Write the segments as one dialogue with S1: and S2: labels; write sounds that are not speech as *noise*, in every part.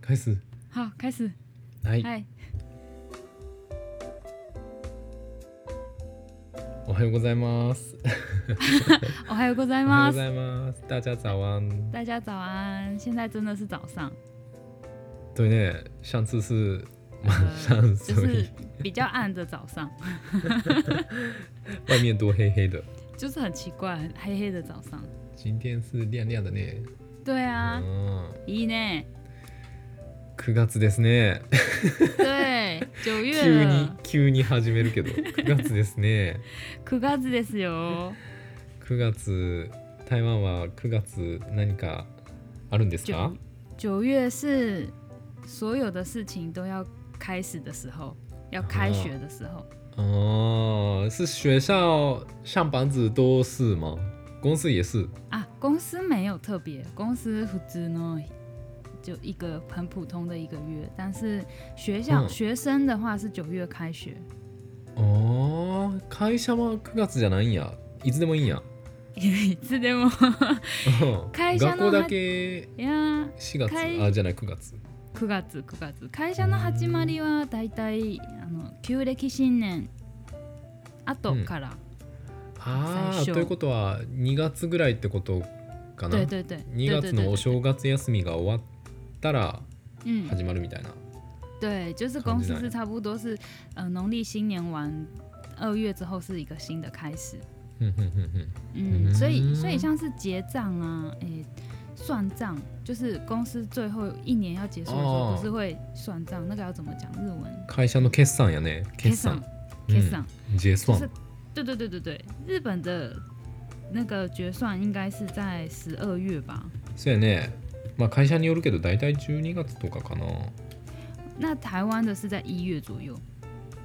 S1: 开始。
S2: 好，开始。
S1: 来，
S2: 嗨，
S1: おはようございます。
S2: おはようござい
S1: おはようご
S2: ます。
S1: ざいます。大家早安。
S2: 大家早安，现在真的是早上，
S1: 对呢，上次是晚
S2: 呃
S1: 上，
S2: 就
S1: 所以
S2: 是比较暗的早上， *laughs*
S1: 外面多黑黑的。
S2: 就是很奇怪，很黑黑的早上。
S1: 今天是亮亮的呢。
S2: 对啊，
S1: 嗯，
S2: 咦呢？
S1: 九月ですね。
S2: 对，九月
S1: 急に
S2: 了，
S1: 急に始めるけど、9月ですね。
S2: 九月ですよ。
S1: 9月台湾は9月何かあるんですか
S2: 九？九月是所有的事情都要开始的时候，要开学的时候。
S1: 哦，是学校上班族都是吗？公司也是。
S2: 啊，公司没有特别，公司普通呢，就一个很普通的一个月，但是学校、
S1: 嗯
S2: 学生的话是九月
S1: *laughs*
S2: 开学，
S1: あー会社は9月じゃないんやいつでもいいんや
S2: いつで *laughs* も
S1: うん
S2: *laughs* 会社
S1: 学校
S2: の
S1: だけ
S2: いや
S1: 4月
S2: 会
S1: あじゃない9月
S2: 九月九月会社の始まりはだいたいあの旧暦新年後から、
S1: ああ
S2: 最初
S1: ということは2月ぐらいってことかな
S2: 对对对，
S1: 2
S2: 对
S1: 月
S2: 对对
S1: のお
S2: 对
S1: 正月休みが終わったら
S2: 嗯，
S1: 始まるみたいな
S2: 对，就是
S1: 长
S2: 公
S1: 期
S2: 司
S1: 在
S2: 是差不多是呃农历新年完二月之后是一个新的开始，
S1: ふんふんふんふん
S2: 嗯，所以
S1: 嗯
S2: 所以像是结账啊，诶、算账，就是公司最后一年要结束的时候，
S1: 哦
S2: 不是会算账，那个要怎么讲日文？
S1: 会社の決算やね決
S2: 算
S1: 算、
S2: 决算，
S1: 決
S2: 就
S1: 算
S2: 是对对对对对，日本的那个决算应该是在十二月吧？
S1: そうやねまあ会社によるけど大体12月とかかな
S2: 那台湾的是在一月左右。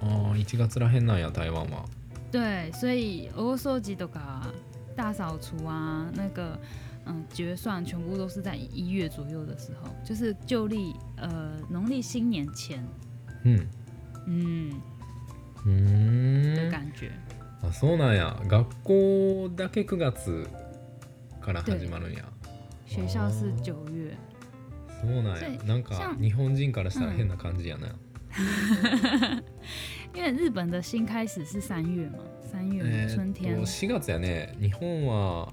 S1: あー1月らへんなんや台湾は
S2: 对，所以欧收集的卡大扫除啊，那个嗯决算全部都是在一月左右的时候，就是旧历呃农历新年前，
S1: うんう
S2: 嗯
S1: ーん
S2: 的感觉。
S1: あそうなんや学校だけ9月から始まるんや
S2: 学校是九月，
S1: そうなん
S2: そ
S1: や
S2: う
S1: なんか
S2: 像
S1: 日本人からしたら
S2: うん
S1: 変な感じやな、
S2: 因为日本的新开始是三月嘛，三月嘛、
S1: えーっと
S2: 春天。
S1: 4月やね日本は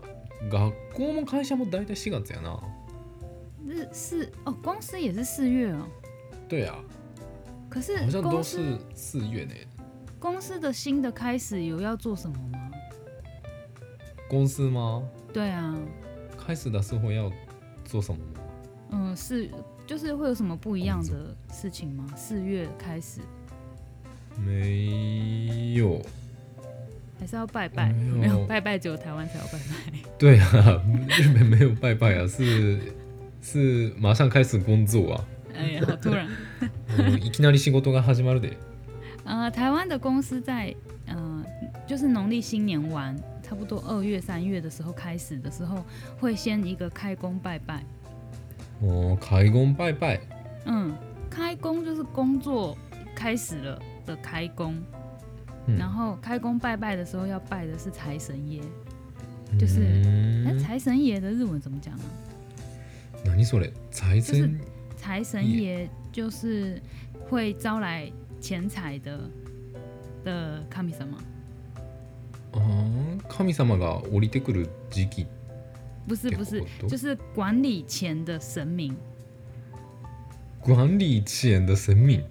S1: 学校も会社も大体4月やな
S2: 日是哦，公司也是四月哦。
S1: 对や
S2: 可是
S1: 好像都
S2: 公
S1: 是
S2: 司
S1: 四月ね
S2: 公司的新的开始有要做什么吗？
S1: 公司吗
S2: 对啊，
S1: 开始的时候要做什么吗
S2: 嗯，是就是会有什么不一样的事情吗？四月开始
S1: 没有
S2: 还是要拜拜？
S1: 没
S2: 没
S1: 有
S2: 有拜拜，只有台湾才有拜拜。
S1: 对 *laughs* 啊日本没有拜拜啊是是马上开始工作啊
S2: 哎呀，好突然。
S1: うんいきなり仕事が始まるで
S2: 呃，台湾的公司在呃，就是农历新年完，差不多二月、三月的时候开始的时候，会先一个开工拜拜。
S1: 哦，开工拜拜
S2: 嗯，开工就是工作开始了的开工，
S1: 嗯
S2: 然后开工拜拜的时候要拜的是财神爷。就是哎、
S1: 嗯
S2: 财神爷的日文怎么讲啊？
S1: 何それ財
S2: 就是
S1: 神
S2: 财神爷就是会招来钱财的的神様，
S1: あー神様が降りてくる時期っ
S2: 不是
S1: て
S2: 不
S1: こ
S2: 是，
S1: と
S2: 就是管理钱的神明。
S1: 管理支援的神明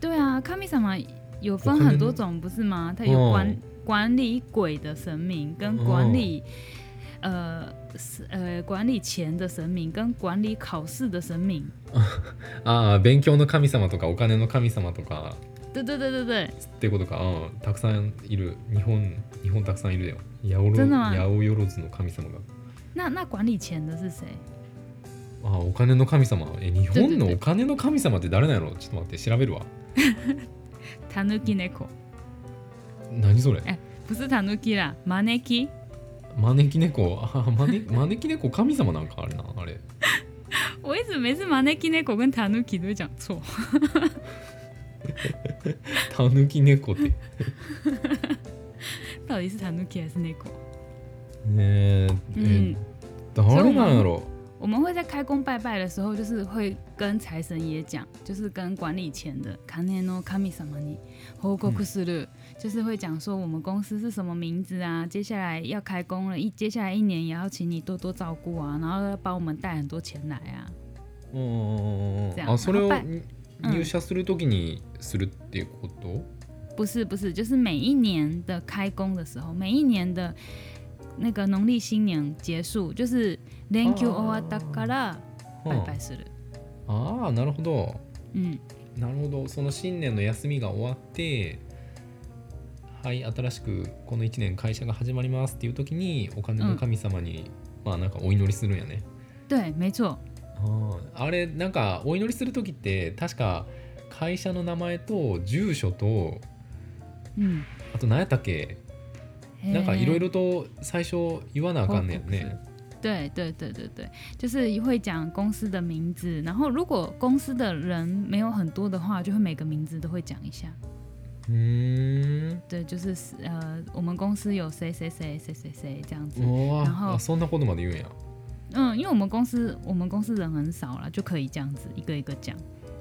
S2: 对啊，卡米萨玛有
S1: 我
S2: 分
S1: 看
S2: 很多
S1: 见
S2: 种，不是吗？它有管、
S1: 哦
S2: 管理鬼的神明，跟管理、呃是呃管理钱的神明，跟管理考试的神明。
S1: ああ勉強の神様とかお金の神様とか
S2: 对对对对对，
S1: ってことかうんたくさんいる日本日本たくさんいるよ八百
S2: 真
S1: 万
S2: 的吗
S1: 八百万の神様が
S2: 那那管理钱的是谁？
S1: あーお金の神様え日本の
S2: ちょっと待って
S1: お金の神様って誰なのちょっと待って調べるわ
S2: 塔努基奈口，
S1: 何それ
S2: 不是塔努基啦，马奈基。
S1: 招き猫 *laughs* あー招招き猫神様なんかあれなあれ
S2: 我一直每次马奈基奈口跟塔努基都会讲错。
S1: たぬき猫って
S2: 到底是塔努基还是内狗？
S1: ねえ、え
S2: うん
S1: 誰なんやろ
S2: 我们会在开工拜拜的时候，就是会跟财神爷讲，就是跟管理前的卡内诺卡米萨玛尼報告する，就是会讲说我们公司是什么名字啊，接下来要开工了，一接下来一年也要请你多多照顾啊，然后要帮我们带很多钱来啊。
S1: うんうんうん
S2: じ
S1: う
S2: ゃ
S1: ん
S2: あ
S1: あそれを
S2: 乾杯
S1: に
S2: うん
S1: 入社するときにするっていうこと
S2: 不是不是，就是每一年的开工的时候，每一年的那个农历新年结束，就是連休終わったから
S1: う
S2: 拜
S1: ん
S2: 拜する。
S1: ああなるほど
S2: 嗯，
S1: なるほどその新年の休みが終わってはい新しくこの1年会社が始まりますっていう時にお金の神様に、まあなんかお祈りするんやね
S2: 对，没错。
S1: ああれなんかお祈りする時って確か会社の名前と住所と
S2: 嗯，
S1: あと何やったっけ
S2: へー
S1: なんかいろいろと最初言わなあかんねんね。
S2: 对对对对对，就是会讲公司的名字，然后如果公司的人没有很多的话，就会每个名字都会讲一下。
S1: うーん。
S2: 对，就是呃，我们公司有谁谁谁谁谁谁这样子。
S1: う
S2: 然
S1: わ
S2: 後
S1: あそんなことまで言うんや。
S2: 嗯，因为我们公司我们公司人很少了，就可以这样子一个一个讲。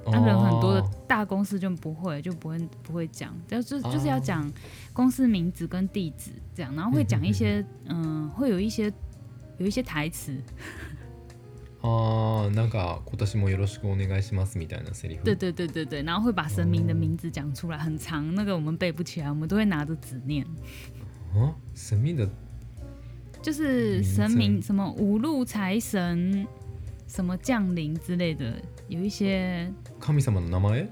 S1: あ
S2: 啊，人很多的
S1: ー
S2: 大公司就不会，就不会不会讲，但就就是要讲公司名字跟地址这样，然后会讲一些，嗯、会有一些有一些台词，
S1: あーなんか今年もよろしくお願いしますみたいなセリフ。
S2: 对对对对对，然后会把神明的名字讲出来，很长，那个我们背不起来，我们都会拿着纸念，
S1: あ神秘だ。
S2: 就是
S1: 名字
S2: 神明什么五路财神，什么降临之类的，有一些，
S1: 神様の名前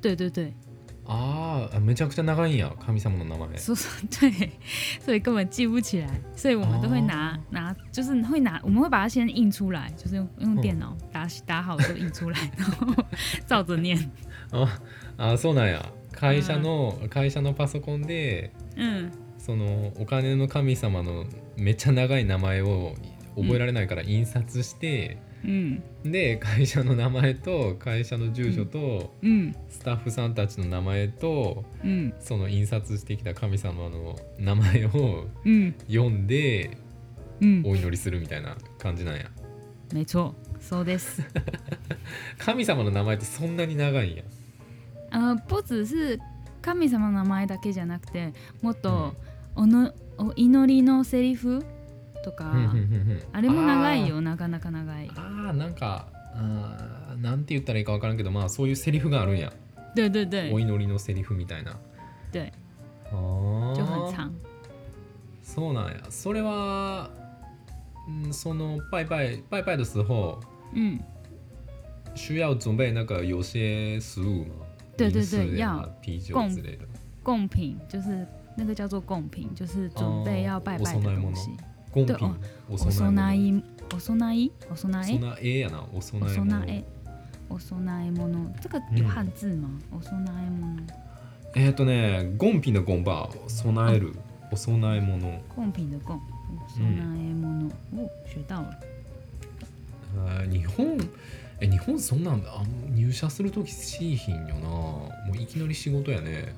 S2: 对对对，
S1: ああめちゃくちゃ長いんや神様の名前。
S2: 说 *laughs* 说对，所以根本记不起来，所以我们都会拿、拿，就是会拿，我们会把它先印出来，就是用用电脑打、打好就印出来，然后照着念。
S1: ああそうなんや。会社の、会社のパソコンで
S2: 嗯，
S1: そのお金の神様のめっちゃ長い名前を覚えられないから印刷して、
S2: 嗯
S1: で会社の名前と会社の住所と
S2: 嗯
S1: スタッフさんたちの名前と
S2: 嗯
S1: その印刷してきた神様の名前を
S2: 嗯
S1: 読んで
S2: 嗯，
S1: お祈りするみたいな感じなんや
S2: 没错，so this，
S1: 神様の名前ってそんなに長いんや
S2: 呃，不只是神様の名前だけじゃなくて、もっと、おのお祈りのセリフとか、
S1: うんうんうんうん
S2: あれも長いよ、なかなか長い。
S1: あーあーなんかあーなんて言ったらいいか分からんけどまあそういうセリフがあるんや
S2: 对对
S1: お
S2: 对
S1: 祈りのセリフみたいな
S2: 对，
S1: あー
S2: 就很长。
S1: そうなんやそれはんその拜拜拜拜的时候
S2: 嗯。
S1: 需要准备那个有些食物吗？
S2: 对对
S1: 零食
S2: 对
S1: 呀
S2: 要
S1: 啤酒
S2: 供
S1: 之类的。
S2: 贡品，就是那个叫做贡品，就是准备要拜拜的东西。
S1: 贡
S2: 对
S1: 品
S2: 哦，
S1: お
S2: お
S1: 供
S2: 供
S1: え物。
S2: え、お供え、お供
S1: お
S2: え、
S1: 供えやな、お供
S2: お
S1: え
S2: 供
S1: 物。
S2: え、お供え物。这个有汉字吗？お供え物，
S1: えっとね、ゴンピのゴンバ、備える、お供え物。
S2: 贡品的贡，お供え物。哦，学到了。
S1: あー日本、え日本そんなんだ。あ入社するときしいひんよな。もういきなり仕事やね。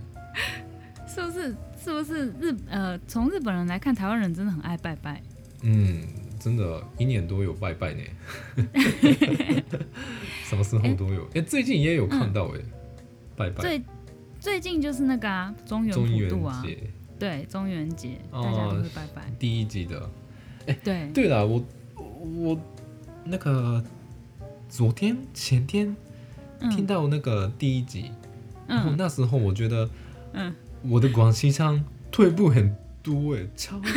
S2: 是不是？是不是日呃，从日本人来看，台湾人真的很爱拜拜。
S1: うん。真的，一年都有拜拜呢，
S2: *laughs*
S1: 什么时候都有。え、最近也有看到え、拜拜，
S2: 最最近就是那个啊，中原
S1: 中元
S2: 普渡啊，
S1: 节。
S2: 对，中元节，
S1: 哦
S2: 大家都会拜拜。
S1: 第一集的。
S2: 对，
S1: 对了，我我那个昨天前天听
S2: 嗯
S1: 到那个第一集，然后
S2: 嗯
S1: 那时候我觉得
S2: 嗯，
S1: 我的广西腔退步很多哎，超级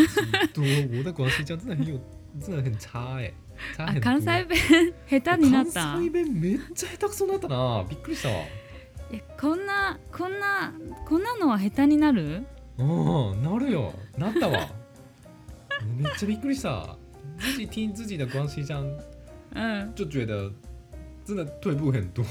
S1: 多，我的广西腔真的很有，真的很差哎，差
S2: 啊
S1: 很，多。
S2: 関西弁 *laughs* 下手になっ
S1: 関
S2: た。
S1: 西弁めっちゃ下手くそになったなびっくりしたわ
S2: えこんなこんなこんなのは下手になる
S1: うんなるよなったわ *laughs* めっちゃびっくりした自己听自己
S2: *laughs*
S1: 的广西腔
S2: うん
S1: 就觉得真的退步很多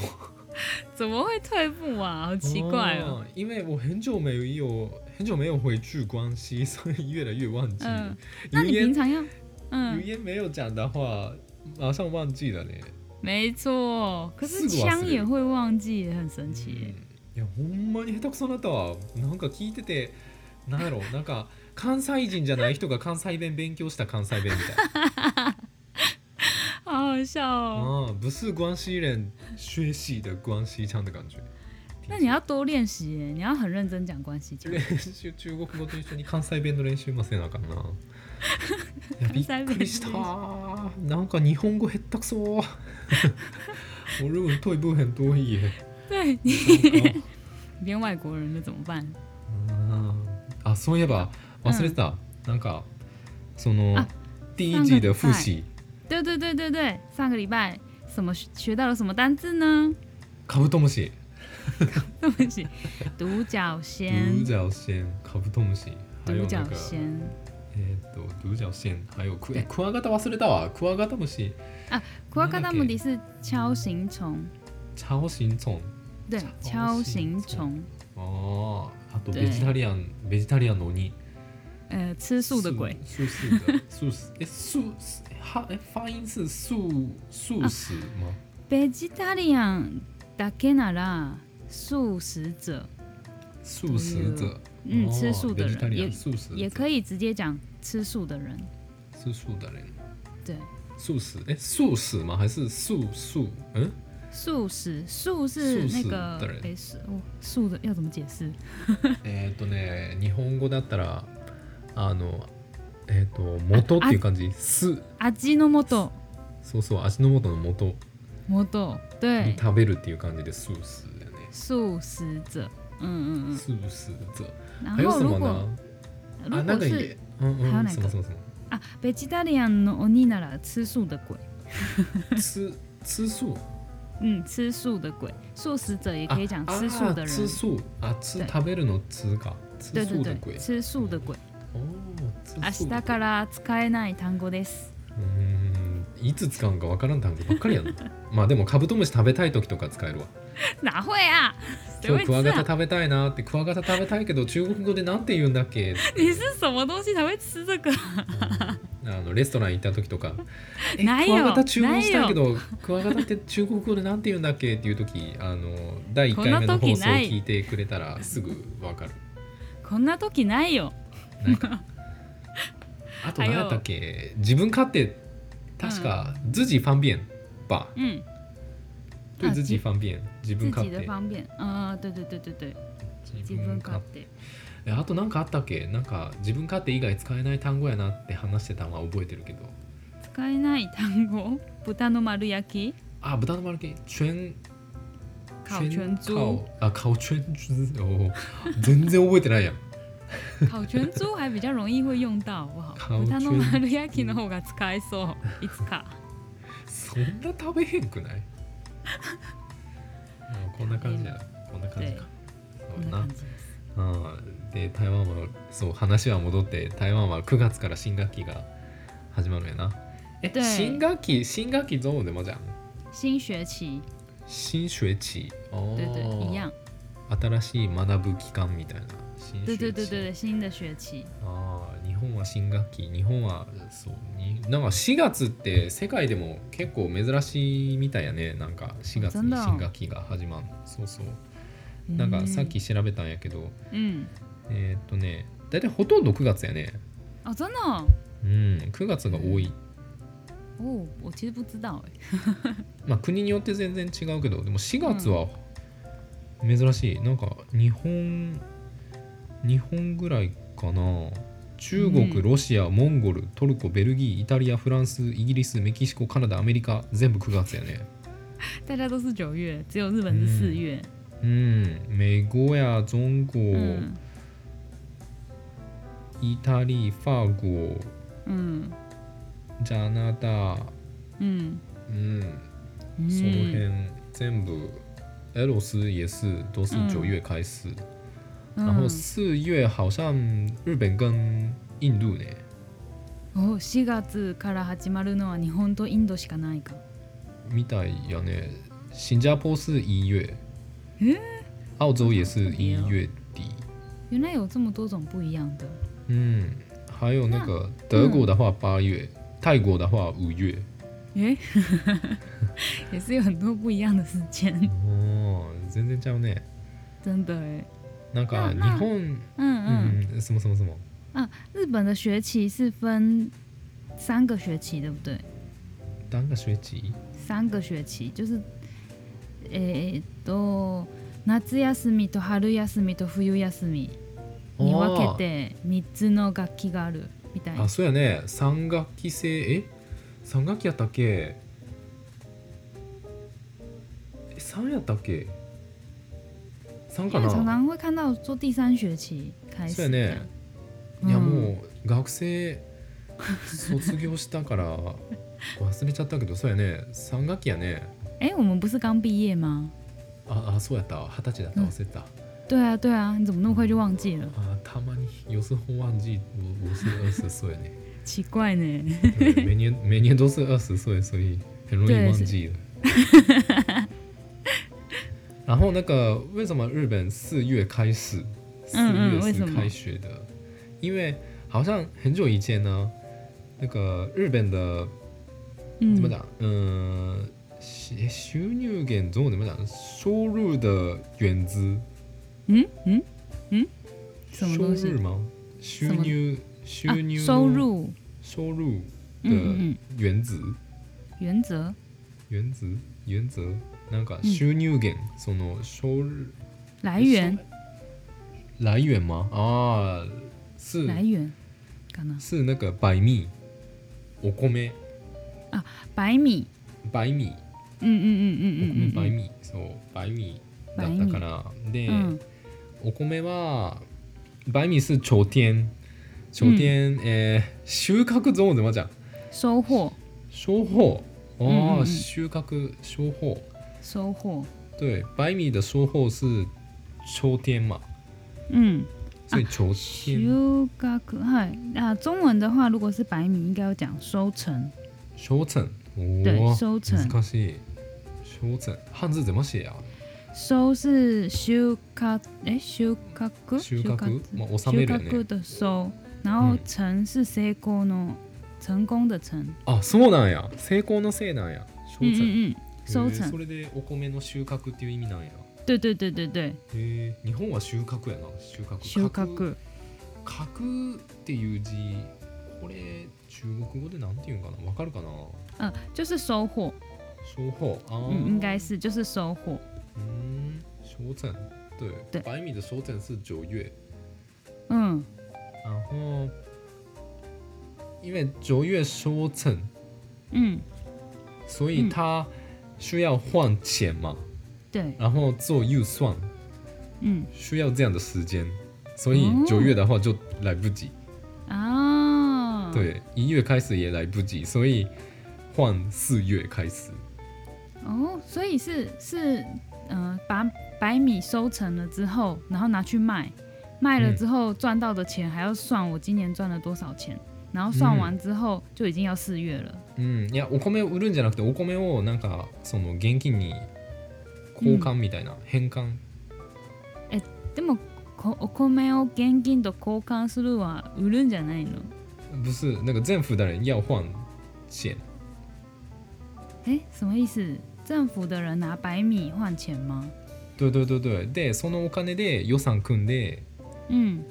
S2: 怎么会退步啊好奇怪哦
S1: 哦因为我很久没有很久没有回去关西，所以越来越忘记。
S2: 嗯那
S1: 语
S2: 你平
S1: 言
S2: 常要
S1: 语
S2: 嗯
S1: 言没有讲的话，马上忘记了嘞。
S2: 没错可
S1: す
S2: 是
S1: ぐ忘れ
S2: 枪
S1: る
S2: 也会忘记也很神奇
S1: いやほんまに下手くそになったわ。なんか聞いてて、なん
S2: *laughs*
S1: やろ、なんか関
S2: *laughs*
S1: 西人じゃない人が関西弁勉強した関西弁みたいな。
S2: 好好很小哦。
S1: 啊，不是关系人学习的关系腔的感觉。
S2: 那你要多练习耶，你要很认真讲关系腔。
S1: 練習中国語と一緒に関西弁の練習もせなあかんな。いやびっくりした。なんか日本語下手くそ。 *laughs* 我日文退步很多耶。
S2: 对你
S1: なんか
S2: 变外国人了怎么办？
S1: ああそういえば忘れてた、なんかその
S2: あ
S1: 第一季的复习
S2: 对对对对对，上个礼拜什么学学到了什么单字呢？ *laughs*
S1: カブトムシ
S2: 对不起，独角
S1: 独
S2: 仙，
S1: 角仙カブトムシ还有
S2: 独
S1: 那
S2: 角
S1: 个
S2: 仙
S1: えっ、と独角仙还有クえクワガタ忘れたわクワガタムシ
S2: 库阿卡达姆迪是锹形虫，
S1: 超新虫
S2: 对，
S1: 锹
S2: 锹
S1: 形
S2: 形
S1: 虫
S2: 虫，
S1: あーあと
S2: 对
S1: ベジタリアンベジタリアンの鬼
S2: 呃，吃素的鬼，
S1: 素食的素食え素はえ发音是素素食吗？
S2: vegetarian だけなら素食者，
S1: 素食者
S2: 嗯
S1: 哦
S2: 吃素的人
S1: vegetarian，
S2: 也
S1: 素食者
S2: 也可以直接讲吃素的人，
S1: 吃素的人，
S2: 对，
S1: 素食哎，素食吗？还是素素？嗯，
S2: 素食素是
S1: 素
S2: 那
S1: 食
S2: 个
S1: 的人
S2: 诶素哦素的要怎么解释？
S1: えっとね、日本語だったらあのえっと元っていう感じ、す、
S2: 味の素
S1: そうそう味の素の元
S2: 素对
S1: に食べるっていう感じで素食だよね。
S2: 素食者，嗯嗯
S1: 素食者。
S2: 嗯，然
S1: 还有
S2: 后
S1: 什
S2: 如
S1: 么
S2: 果
S1: 呢？啊，
S2: 如
S1: 那
S2: 果
S1: 个
S2: 是
S1: 也，嗯
S2: 还有
S1: 嗯，
S2: 哪
S1: 什么
S2: 个
S1: 什么什么，
S2: 啊，vegetarian の鬼なら吃素的鬼。
S1: 吃吃素，
S2: 嗯，吃素的鬼，素食者也可以讲
S1: 啊
S2: 吃素的人，
S1: 啊吃素啊，吃
S2: 对
S1: 食べるの吃か、吃
S2: 对对
S1: 素的
S2: 对，
S1: 鬼。
S2: 吃素的鬼。
S1: 哦，吃
S2: 明
S1: 素
S2: 日
S1: 的鬼
S2: から使えない単語です。
S1: うーんいつ使うんかわからん単語ばっかりやな *laughs* まあでもカブトムシ食べたい時とか使えるわ
S2: 哪会啊？
S1: *laughs*
S2: 谁
S1: 今
S2: 会
S1: 日クワ
S2: 吃
S1: ガタ
S2: 啊？
S1: 食べたいなってクワガタ食べたいけど中国語でなんて言うんだっけ、
S2: *laughs* 你是什么东西才会吃这个？ *laughs*
S1: うんあのレストラン行った時とかえ
S2: ないよ
S1: クワガタ注文したいけどクワガタって中国語でなんて言うんだっけっていう時あの第1回目の
S2: こん
S1: 放
S2: な
S1: 送
S2: 時
S1: を
S2: ない
S1: 聞いてくれたらすぐわかる
S2: こんな時ないよ。
S1: なんか *laughs* あと何やったっけ自分勝手確か「自己方便」吧
S2: 嗯，
S1: 「对自己方便」自分
S2: 自
S1: 勝
S2: 己的
S1: 手
S2: 方便。嗯、对对对对对，自分勝手。
S1: えあと何かあったっけなんか自分勝手以外使えない単語やなって話してたのは覚えてるけど
S2: 使えない単語。 *laughs* 豚の丸焼き、
S1: あ豚の丸系全
S2: 烤全猪、
S1: あ烤全猪おー全然覚えてないやん
S2: 烤全猪还比较容易会用到， *laughs* 好不好？
S1: 烤
S2: 豚の
S1: 全
S2: 丸焼きの方が使えそう。いつか。
S1: そんな食べへんく *laughs* ないあこんな感じやこんな感じか
S2: こ
S1: そうんや
S2: な感
S1: な
S2: じです。
S1: あーで台湾はそう話は戻って台湾は9月から新学期が始まるんやなえ
S2: 对
S1: 新学期新学期どうでもじゃん
S2: 新学期，
S1: 新学期おー
S2: 对对，一样。
S1: 新しい学ぶ期間みたいな新
S2: 对
S1: 学期
S2: 对对对对，新的学期，
S1: あー日本は新学期日本はそうになんか4月って世界でも結構珍しいみたいやねなんか4月に新学期が始まるそうそうなんかさっき調べたんやけど、
S2: 嗯，
S1: えーっとね大体ほとんど9月やね
S2: 哦，真的哦，
S1: うん9月が多い
S2: 哦我其实不知道哎，
S1: まあ国によって全然違うけどでも4月は珍しい、なんか日本日本ぐらいかな中国、
S2: うん
S1: ロシアモンゴルトルコベルギーイタリアフランスイギリスメキシコカナダアメリカ全部9月やね
S2: 大家都是九月，只有日本是四月，
S1: うん名古屋中国、
S2: 嗯
S1: イタリーファーゴ
S2: 嗯
S1: ジャナダ
S2: 嗯
S1: うんその辺
S2: 嗯
S1: 全部エロス也是都是九月開始、然后
S2: 嗯，
S1: 四月好像日本跟印度ね。
S2: 哦，四月から始まるのは日本とインドしかないか。
S1: みたいやね。新加坡是一月，
S2: え
S1: 澳洲也是一月底。
S2: 原来有这么多种不一样的，
S1: 嗯，还有那个德国的话八月，
S2: 嗯
S1: 泰国的话五月。
S2: *laughs* 诶，也是有很多不一样的时间，
S1: 哦，全然ちゃうね。
S2: 真的哎。
S1: なんか啊日
S2: 那那
S1: 本、
S2: 嗯嗯，
S1: うん、什么什么什么。
S2: 日本的学期是分三个学期，对不对？
S1: 三个学期
S2: 三个学期就是えーっと夏休みと春休みと冬休み
S1: 哦
S2: に分けて3つの楽器があるみたい
S1: あ
S2: な
S1: そうやね三学期制え三学期やったっけえ三やったっけ三か
S2: 因为
S1: な
S2: 常常会看到说第三学期开
S1: そうや
S2: 始这
S1: ね
S2: 样
S1: いや
S2: うん
S1: もう学生卒業したから忘れちゃったけどそうやね三学期やね
S2: 哎、我们不是刚毕业吗？
S1: ああそうやったわ二十歳だった
S2: うん
S1: 忘れてた、
S2: 对啊，对啊，你怎么那么快就忘记了？
S1: あたまに予想忘记我我是二十岁ね
S2: 奇怪呢。
S1: 对每年每年都是二十岁所以很容易
S2: 对
S1: 忘记了 *laughs* 然后那个为什么日本四月开始四
S2: 嗯嗯
S1: 月
S2: 为
S1: 是
S2: 什么
S1: 开学的因为好像很久以前呢那个日本的
S2: 嗯
S1: 怎么？讲？嗯、収収入源中文怎么讲？收入的源资，
S2: 嗯嗯嗯，什么
S1: 收
S2: 东西
S1: 入？吗？收
S2: 么
S1: 入收
S2: 啊
S1: 入、
S2: 收入
S1: 收入
S2: 嗯
S1: 的
S2: 嗯
S1: 原子
S2: 原则
S1: 原子原则なんか
S2: 嗯
S1: 収入源その收入
S2: 来源
S1: 来源吗？啊，是
S2: 来源，干嘛？
S1: 是那个百米，お米
S2: 百米。
S1: 百米
S2: 嗯嗯
S1: お
S2: 嗯嗯
S1: 米
S2: 嗯
S1: 百
S2: 嗯
S1: 米そう百米だったからで。
S2: 嗯
S1: お米は白米是秋天，秋天、えー収穫ゾーンでまじゃん
S2: 嗯，收获
S1: 收穫
S2: うんう
S1: 哦、
S2: んうん
S1: 収穫收穫
S2: 收获。
S1: 对白米的收穫是秋天嘛，
S2: 嗯，
S1: 所以秋天、
S2: 收穫はい。那中文的话，如果是百米，应该要讲收成。
S1: 收成
S2: 对
S1: 哦，
S2: 收成
S1: 難しい收成漢字怎么写啊？
S2: 收是収穫，哎，収穫，
S1: 収穫まあ収
S2: 収
S1: めるよね
S2: 穫的收，然后
S1: 嗯
S2: 成是成功の成功的成，
S1: あそうなんや成功のせいなんや收
S2: 嗯
S1: 成、
S2: 嗯嗯，收
S1: へーそ
S2: 成，
S1: れでお米の収穫っていう意味なんや。
S2: 对对对对对，
S1: へー日本は収穫やな収穫
S2: 収穫
S1: 角っていう字これ中国語でなんていうんかなわかるかな
S2: 嗯，就是收获，
S1: 收获あー
S2: 嗯，应该是就是收获，
S1: うん收成对
S2: 对
S1: 白米的收成是九月
S2: 嗯，
S1: 然后因为九月收成
S2: 嗯，
S1: 所以它需要换钱嘛
S2: 对，
S1: 然后做预算
S2: 嗯
S1: 需要这样的时间所以
S2: 哦
S1: 九月的话就来不及
S2: 啊，，
S1: 对一月开始也来不及所以换四月开始
S2: 哦，所以是是，嗯、把白米收成了之后，然后拿去卖，卖了之后赚到的钱还要算我今年赚了多少钱，然后算完之后就已经要四月了。
S1: うん、いやお米を売るんじゃなくてお米をなんかその現金に交換みたいな、変換
S2: でもこお米を現金と交換するは売るんじゃないの？
S1: 不是なんか全部誰に要换钱
S2: 哎，什么意思？政府的人拿白米换钱吗？
S1: 对对对对でそのお金で予算組んで
S2: 嗯，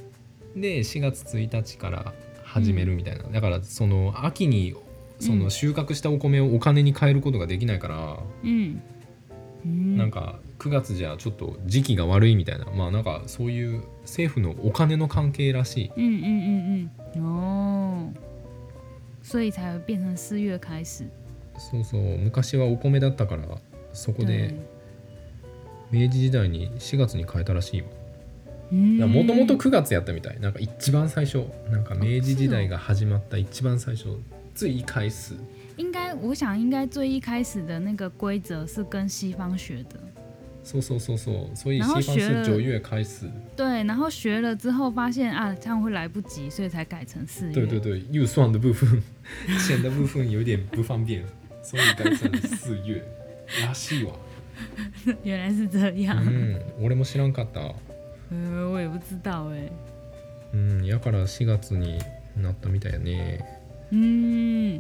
S1: で4月1日から始めるみたいな、だからその秋にそうの
S2: ん
S1: 収穫したお米をお金に変えることができないから、
S2: 嗯，嗯，
S1: なんか9月じゃちょっと時期が悪いみたいなまあなんかそういう政府のお金の関係らしい
S2: 嗯嗯嗯嗯，哦，所以才会变成四月开始。
S1: そうそう昔はお米だったからそこで、
S2: 对
S1: 明治時代に4月に変えたらしいよも
S2: も
S1: ともと9月やったみたいなんか一番最初なんか明治時代が始まった一番最初最一開始
S2: 应该，我想应该最一开始的那个规则是跟西方学的，
S1: そうそうそうそう所以
S2: 然
S1: 西
S2: 后
S1: 方
S2: 学
S1: 是
S2: 了
S1: 九月开始
S2: 对，然后学了之后发现啊，这样会来不及，所以才改成四月。
S1: 对对对预算的部分钱的部分有点不方便所以改成四月らしいわ
S2: 对， *laughs* 原来是这
S1: う
S2: 样。
S1: ん俺も知らんかった
S2: 呃，我也不知道哎。
S1: うんやから4月になったみたいやね
S2: 嗯，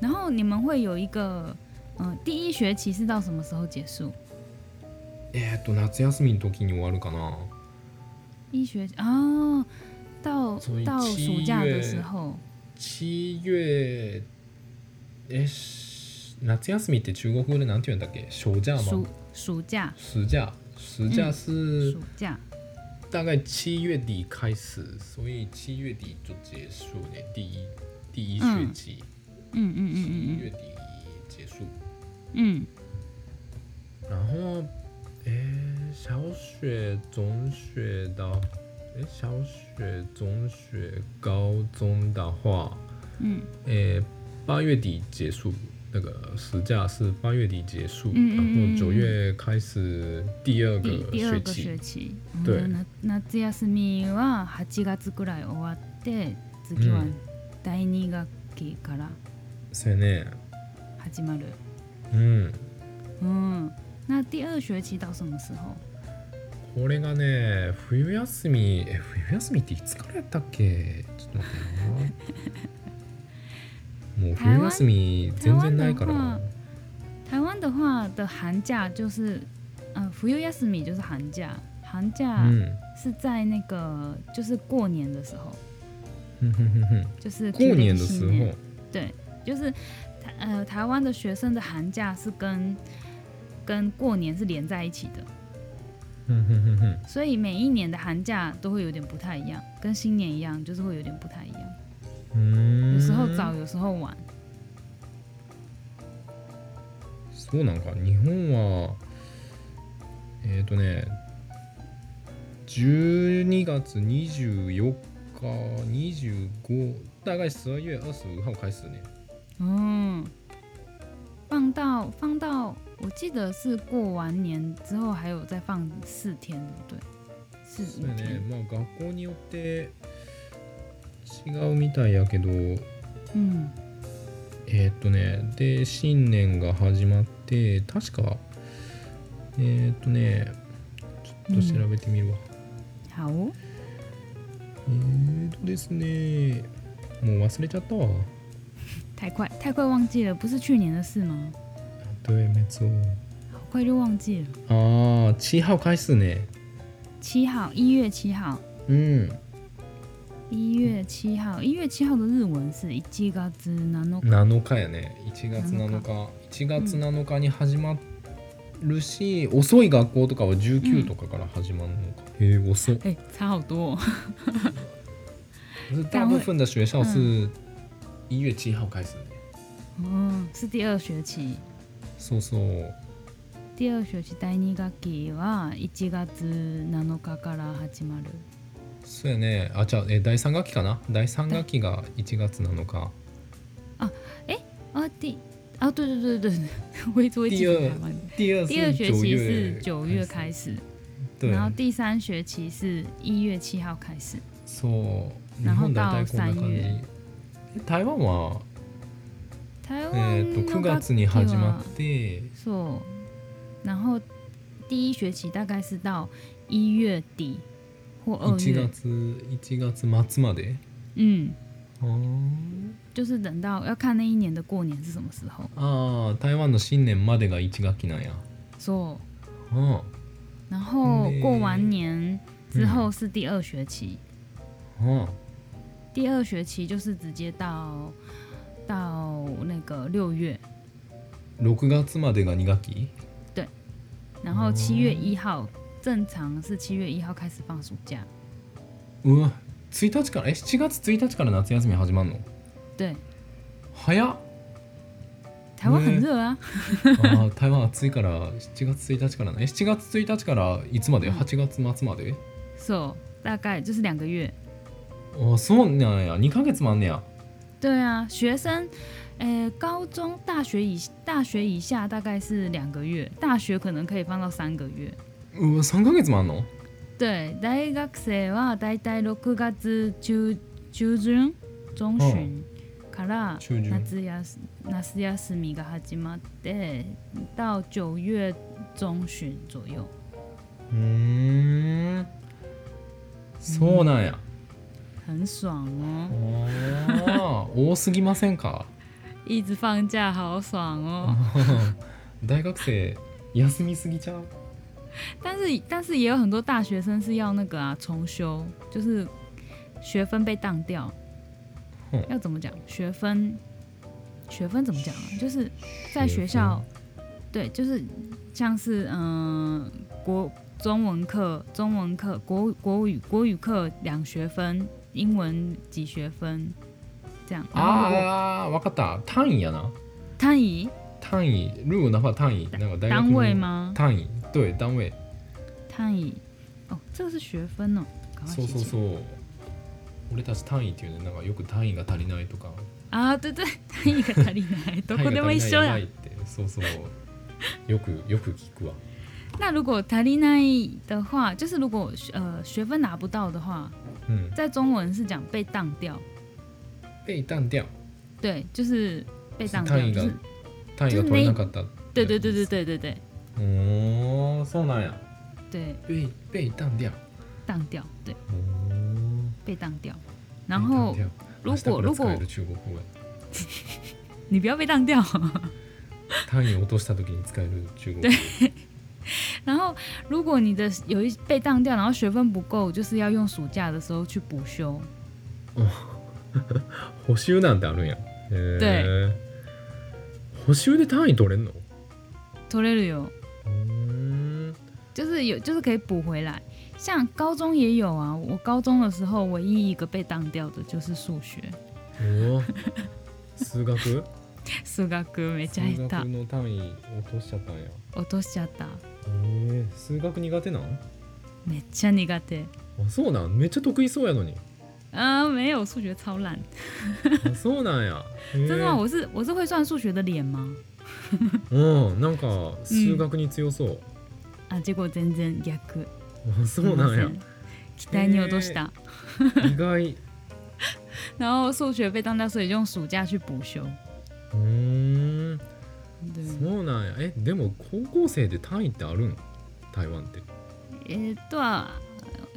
S2: 然后你们会有一个，嗯、第一学期是到什么时候结束？
S1: えーっと夏休みの時に終わるかな
S2: 一学哦，到
S1: 所以
S2: 到
S1: 七
S2: 暑假的
S1: 月
S2: 时候，
S1: 七月，哎，是夏休みって中国語でなんて言うんだっけ？暑假吗
S2: 暑？暑假，
S1: 暑假，暑假是
S2: 暑假，
S1: 大概七月底开始，所以七月底就结束了第一第一学
S2: 嗯
S1: 期，
S2: 嗯嗯
S1: 七、
S2: 嗯
S1: 月
S2: 嗯
S1: 底结束。
S2: 嗯
S1: 然后，诶，小学、中学到，诶，小学、中学、高中的话，
S2: 嗯嗯
S1: 诶，八月底结束那个暑假是八月底结束，
S2: 嗯嗯嗯
S1: 然
S2: 嗯
S1: 后九月开始第二
S2: 第
S1: 个
S2: 第
S1: 学
S2: 二个
S1: 期。
S2: 学期，
S1: 对
S2: 嗯な夏休みは8月ぐらい終わって、次は
S1: うん
S2: 第二学期から
S1: 所以呢，
S2: 始まる。
S1: 嗯，
S2: 嗯，那第二学期到什么时候？
S1: これがね、冬休み、え、冬休みっていつからやったっけ？ちょっと待
S2: *laughs*
S1: ってな。もう冬休み全然ないか
S2: 台
S1: ら
S2: 湾。台湾的话的寒假就是，呃，福佑亚斯米就是寒假，寒假
S1: 嗯。
S2: 是在那个就是过年的时候，
S1: 哼哼哼哼
S2: 就是
S1: 过年的时
S2: 新
S1: 候
S2: 年，对，就是台呃台湾的学生的寒假是跟跟过年是连在一起的，
S1: 哼哼哼哼，
S2: 所以每一年的寒假都会有点不太一样，跟新年一样，就是会有点不太一样，
S1: 嗯，
S2: 有时候早，有时候晚，
S1: そうなんか日本はえっ、ー、とね、12月24日、25大概12月25号开始呢。
S2: 嗯，放到放到，我记得是过完年之后还有再放四天，对不对？四
S1: そう
S2: 五
S1: やね
S2: 天，。
S1: まあ学校によって違うみたいやけど、
S2: 嗯
S1: えーっとねで新年が始まって確かえーっとねちょっと調べてみるわ、
S2: 好哦，
S1: えーっとですねもう忘れちゃったわ
S2: 太快太快忘记了，不是去年的事吗？
S1: 对没错
S2: 好快就忘记了。
S1: ああ七号開始ね
S2: 七号，一月七号，
S1: うん
S2: 一月七号，一月七号的日文是一季嘎之ナノカ。
S1: 7日やね1月7日1月7日に始まるし、遅い学校とかは19とかから始まるのか、へえ遅い
S2: 哎、差好多、哦。
S1: 可是大部分的学校是1月7号开始ね
S2: 嗯，是第二学期，
S1: そうそう
S2: 第二学期第二学期は一月七日から始まる。
S1: そうやね。あ、じゃあ、え、第三学期かな。第三学期が1月7日。
S2: 啊，第啊，对对对对对， *laughs* 我一直会记
S1: 第
S2: 得
S1: 二
S2: 台湾的。
S1: 第二
S2: 第二学期是九月
S1: 始。
S2: 开始，
S1: 对
S2: 然，后第三学期是一月七号开始。
S1: そう。日
S2: 然后
S1: 本大体こんな
S2: 到
S1: 感
S2: 三
S1: じ
S2: 月。
S1: え台湾は、
S2: 台湾
S1: えっと9月に始まって、
S2: そう然后第一学期大概是到一月底或二
S1: 1
S2: 月，
S1: 月1月末まで。
S2: 嗯，
S1: あー
S2: 就是等到要看那一年的过年是什么时候。
S1: あー、台湾の新年までが1学期なんや。
S2: そう
S1: あ
S2: 然后
S1: ね
S2: 过完年之后是第二学期，
S1: あ、
S2: 第二学期就是直接到到那个六月，
S1: 6月までが2学期。
S2: 然后七月一号、正常是七月一号开始放暑假，
S1: うわ、1日から、え、7月1日から夏休み始まるの
S2: 对，
S1: 早っ
S2: 台湾很热啊，
S1: あ
S2: *laughs*
S1: ー台湾暑いから7月1日からねえ7月1日からいつまで
S2: うん
S1: 8月末まで
S2: so 大概就是两个月，
S1: あそうなんや2ヶ月もあんねや
S2: 对啊，学生，呃，高中、大学以大学以下大概是两个月，大学可能可以放到三个月，
S1: うわ3ヶ月もあんの
S2: 对，大学生はだいたい六月中中旬中旬から
S1: 中旬
S2: 夏休夏休みが始まって到九月中旬左右。
S1: うーんそうなんや
S2: 很爽哦，
S1: あー多すぎませんか
S2: 一直放假好爽哦。
S1: あー大学生休みすぎちゃう
S2: 但是但是也有很多大学生是要那个啊重修，就是学分被当掉
S1: 哼，
S2: 要怎么讲？学分学分怎么讲啊？就是在学校，对，就是像是嗯、呃国中文课、中文课、国国语国语课两学分，英文几学分，这样。然后如果
S1: ああわかった単位やな
S2: 単位
S1: 単位如果的话単位なんか大学の
S2: 单位吗？
S1: 単位对单位
S2: 単位哦，这个是学分哦。赶快
S1: そうそ
S2: 写
S1: う
S2: 起来
S1: そう俺たち単位っていうねなんかよく単位が足りないとか
S2: 啊，对对，単位が足り *laughs* ない，どこでも一緒
S1: 単位が足りないやば
S2: だ
S1: い。ってそうそうよくよく聞くわ
S2: 那如果足りない的话，就是如果呃学分拿不到的话，
S1: うん
S2: 在中文是讲被当掉，
S1: 被断掉
S2: 对，就是被当掉，
S1: 単位が単
S2: 就是
S1: 位が取れなかった
S2: 对对对对对对对
S1: おおそうなんや
S2: 对，
S1: 被被断掉
S2: 当掉，对，
S1: おー
S2: 被当掉。然后
S1: 被断
S2: 如
S1: 掉明
S2: 果如
S1: 日から使
S2: 果
S1: える中国語が
S2: 你不要被当掉， *laughs*
S1: 単位を落とした時に使える中国語
S2: 然后如果你的有一被当掉，然后学分不够，就是要用暑假的时候去补修。
S1: 補習なんてあるんやへえ補習で単位取れんの
S2: 取れるよ。
S1: うーん
S2: 就是有，就是可以补回来。像高中也有啊，我高中的时候唯一一个被当掉的就是数学，
S1: おー
S2: *laughs*
S1: 数学
S2: 数学めちゃ
S1: 数
S2: 下
S1: 学
S2: 手、
S1: の単位落としちゃったんやへ
S2: 落としちゃった。
S1: え数学苦手なん
S2: めっちゃ苦手。
S1: あそうなんめっちゃ得意そうやのに
S2: 啊，没有，数学超烂。
S1: あそうなん
S2: *laughs*
S1: やへー
S2: 真的吗？我是我是会算数学的脸吗？
S1: うんなんか数学に強そう、
S2: 啊，结果全然逆。
S1: あそうなんや
S2: すいません期待に落とした。
S1: 意外
S2: 然后数学被当掉，所以用暑假去补修。
S1: うーん
S2: 对，
S1: そうなんやえでも高校生で単位ってあるん台湾って
S2: 诶，对啊，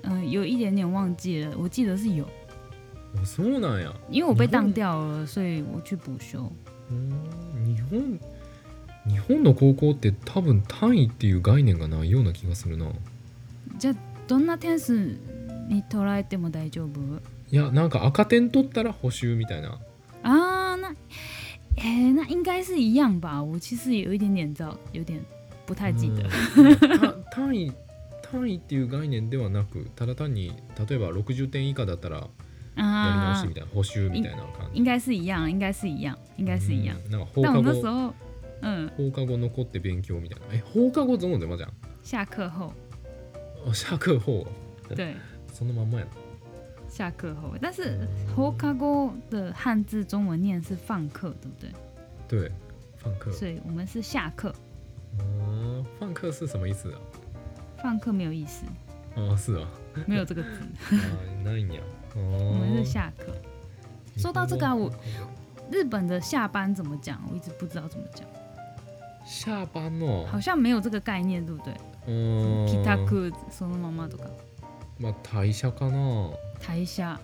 S2: 嗯、有一点点忘记了，我记得是有，
S1: あそうなんや
S2: 因为我被当掉了，所以我去补修。
S1: うーん日本日本の高校って多分単位っていう概念がないような気がするな
S2: じゃあどんな点数に捉えても大丈夫
S1: いやなんか赤点取ったら補習みたいな
S2: 啊？那哎、那应该是一样吧？我其实有一点点知道，有点不太记得。
S1: うんた単位単位っていう概念ではなくただ単に例えば60点以下だったらやり直
S2: 啊
S1: しみ，たいな補習みたいな感じ
S2: 应该是一样，应该是一样，应该是一样。
S1: うんなんか放
S2: 但我
S1: 課
S2: 那时
S1: 後
S2: 候，嗯，
S1: 放課後残って勉強みたいなえ放課後ゾーンでまじゃん
S2: 下课后，
S1: あ尺法
S2: 对，
S1: そのまんまやな
S2: 下课后，但是放課后的汉字中文念是放课，对不对？
S1: 对放课
S2: 所以我们是下课，
S1: 嗯放课是什么意思啊
S2: 放课没有意思，
S1: あ是啊
S2: 没有这个字，
S1: あないんや。
S2: 我们是
S1: 哦
S2: 下课。说到这个啊我日本的下班怎么讲？我一直不知道怎么讲，
S1: 下班の
S2: 好像没有这个概念，对不对？
S1: う嗯
S2: 帰
S1: ん
S2: 宅そのままとか、
S1: まあ退社かな。
S2: 台下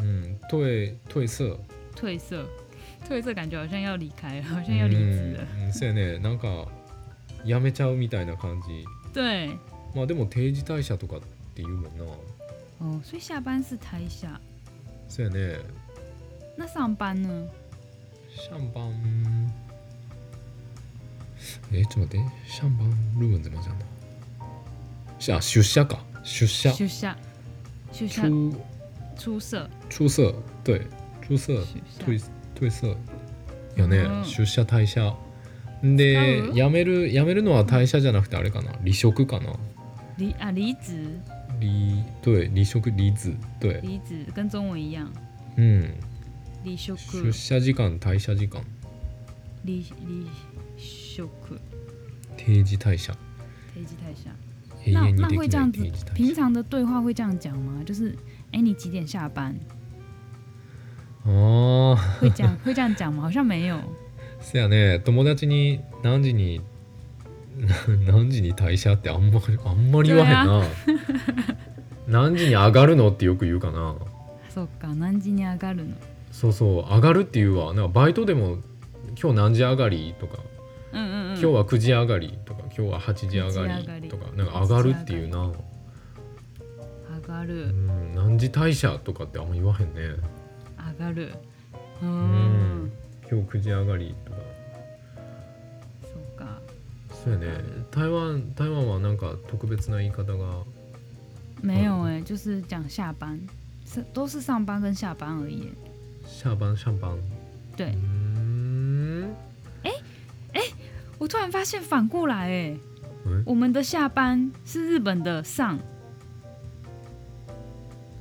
S1: うん退退社。
S2: 褪色，褪色感觉好像要离开了，好像要离职了。
S1: うん。うんそうやね。なんか辞めちゃうみたいな感じ。
S2: 对，
S1: まあでも定時退社とかっていうもんな。
S2: 哦，所以下班是台下，
S1: そうやね。
S2: 那上班呢？
S1: シャンパン。えちょっと待って。シャンパンルーンでまじゃんな。しあ出社か。出社。
S2: 休下，休下，
S1: 出
S2: 出社，
S1: 出社。对。出社。褪
S2: 休下，
S1: 褪色やね、
S2: うん
S1: 出社退社で
S2: 使う
S1: 辞める辞めるのは退社じゃなくてあれかな離職かな
S2: 离啊离职，
S1: 離对離職離职对
S2: 离职跟中文一样，
S1: うん
S2: 离休
S1: 出社時間退社時間
S2: 离离休克，
S1: 定時退社
S2: 台机台下。
S1: 永
S2: 那
S1: 遠
S2: 那
S1: にでき
S2: 会这
S1: な
S2: 样
S1: い
S2: 子
S1: 定時，退
S2: 平
S1: 社
S2: 常的对话会这样讲吗？就是，哎，你几点下班？
S1: ああ
S2: 会这样会这样讲吗？好像没有。
S1: せやね友達に何時に *laughs* 何時に退社ってあんまりあんまり言わへんな何時に上がるのってよく言うかな
S2: そっか、何時に上がるの？
S1: そうそう上がるっていうわなんかバイトでも今日何時上がりとか、
S2: 嗯嗯嗯。
S1: 今日は9時上がりとか今日は8時上
S2: 8時
S1: が
S2: 上が
S1: り
S2: り
S1: とかなんか上がるっていうな、
S2: 上が
S1: う
S2: る
S1: ん、何時退社とかってあんま言わへんね
S2: 上がる。うー
S1: うんん今今日9時上がりとか
S2: そうか
S1: そうやね台湾台湾はなんか特別な言い方が
S2: 没有哎、就是讲下班，是都是上班跟下班而已耶。
S1: 下班上班
S2: 对，
S1: 嗯
S2: 我突然发现反过来哎、
S1: 嗯
S2: 我们的下班是日本的上，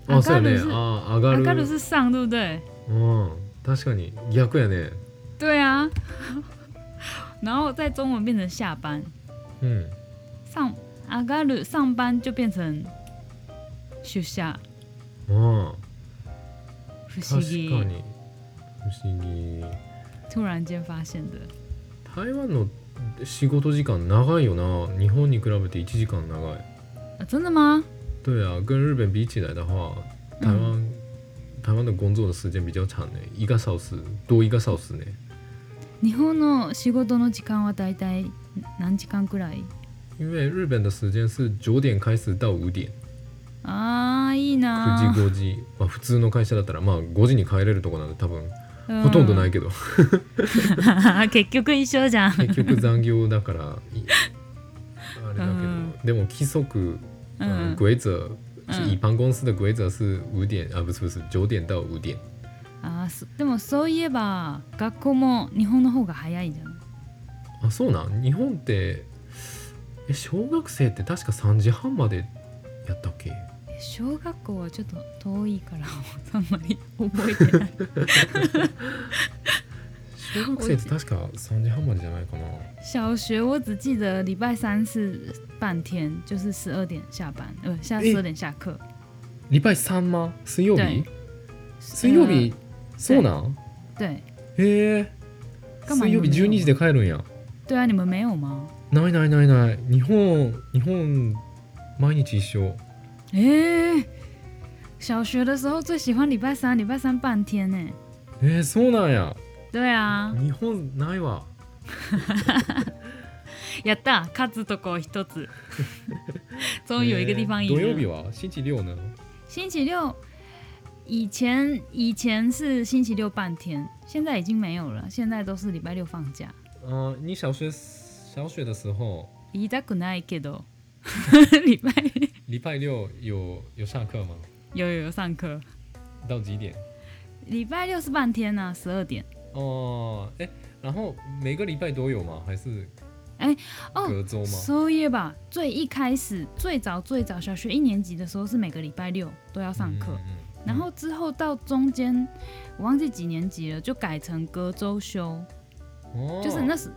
S1: あそうやね
S2: 上がる
S1: あ上が
S2: 阿
S1: る
S2: 卡啊鲁是上，对不对？
S1: うん確かに逆やね
S2: 对啊， *laughs* 然后在中文变成下班，
S1: うん
S2: 上阿嘎鲁上班就变成休下，
S1: うん
S2: 不思
S1: 確か
S2: 議，
S1: に不思議
S2: 突然间发现的。
S1: 台湾の仕事時間長いよな日本に比べて1時間長い
S2: 啊、真的吗？
S1: 对啊跟日本比起来的话台湾、台湾的工作的时间比较长呢一个小时多一个小时呢
S2: 日本の仕事の時間はだいたい何時間くらい？
S1: 因为日本的时间是九点开始到五点
S2: あーい
S1: 9
S2: いな
S1: 時
S2: ー。
S1: 5時まあ普通の会社だったらまあ5時に帰れるとこなんで多分ほとんどないけど
S2: *laughs* 結局一緒じゃん。
S1: 結局残業だから
S2: *laughs*
S1: いあれだけど、
S2: うん
S1: でも規則、
S2: う
S1: 嗯、
S2: ん。
S1: 规则
S2: 嗯
S1: 以办公室的规则是五点啊，不是不是九点到五点。
S2: あーそでもそういえば学校も日本の方が早いじゃん。
S1: あ、そうなん。日本ってえ小学生って確か三時半までやったっけ？
S2: え小学校はちょっと遠いからあんまり覚えてない。
S1: 小学生って確か三時半までじゃないかな。
S2: 小学我只记得礼拜三是半天，就是十二点下班，呃，下
S1: え
S2: 十二点下课。
S1: 礼拜三吗？水曜日
S2: 对？
S1: 水曜日、そうなん？
S2: 呃？对
S1: へえ。
S2: 我慢
S1: 水曜日十二時で帰るんや。
S2: 对啊，你们没有吗？
S1: ないないないない。日本日本毎日一緒。
S2: 哎、小学的时候最喜欢礼拜三，礼拜三半天呢、
S1: えー、そうなんや。
S2: 对啊，
S1: 日本ないわ。
S2: やった、勝つとこ一 *laughs* つ。终于有一个地方
S1: えー
S2: 赢
S1: 土曜日
S2: 了。
S1: は星期六なの？
S2: 星期六以前以前是星期六半天，现在已经没有了，现在都是礼拜六放假。
S1: 啊，你小学小学的时候，
S2: 言いたくないけど、 *laughs* 礼拜
S1: 礼拜六有有上课吗？
S2: 有有有上课，
S1: 到几点？
S2: 礼拜六是半天呢、啊，十二点。
S1: 哦，哎，然后每个礼拜都有吗？还是
S2: 哎哦
S1: 隔周吗？
S2: 所以吧，最一开始最早最早小学一年级的时候是每个礼拜六都要上课。
S1: 嗯嗯
S2: 然后之后到中间，我忘记几年级了，就改成隔周休，
S1: 哦，
S2: 就是那时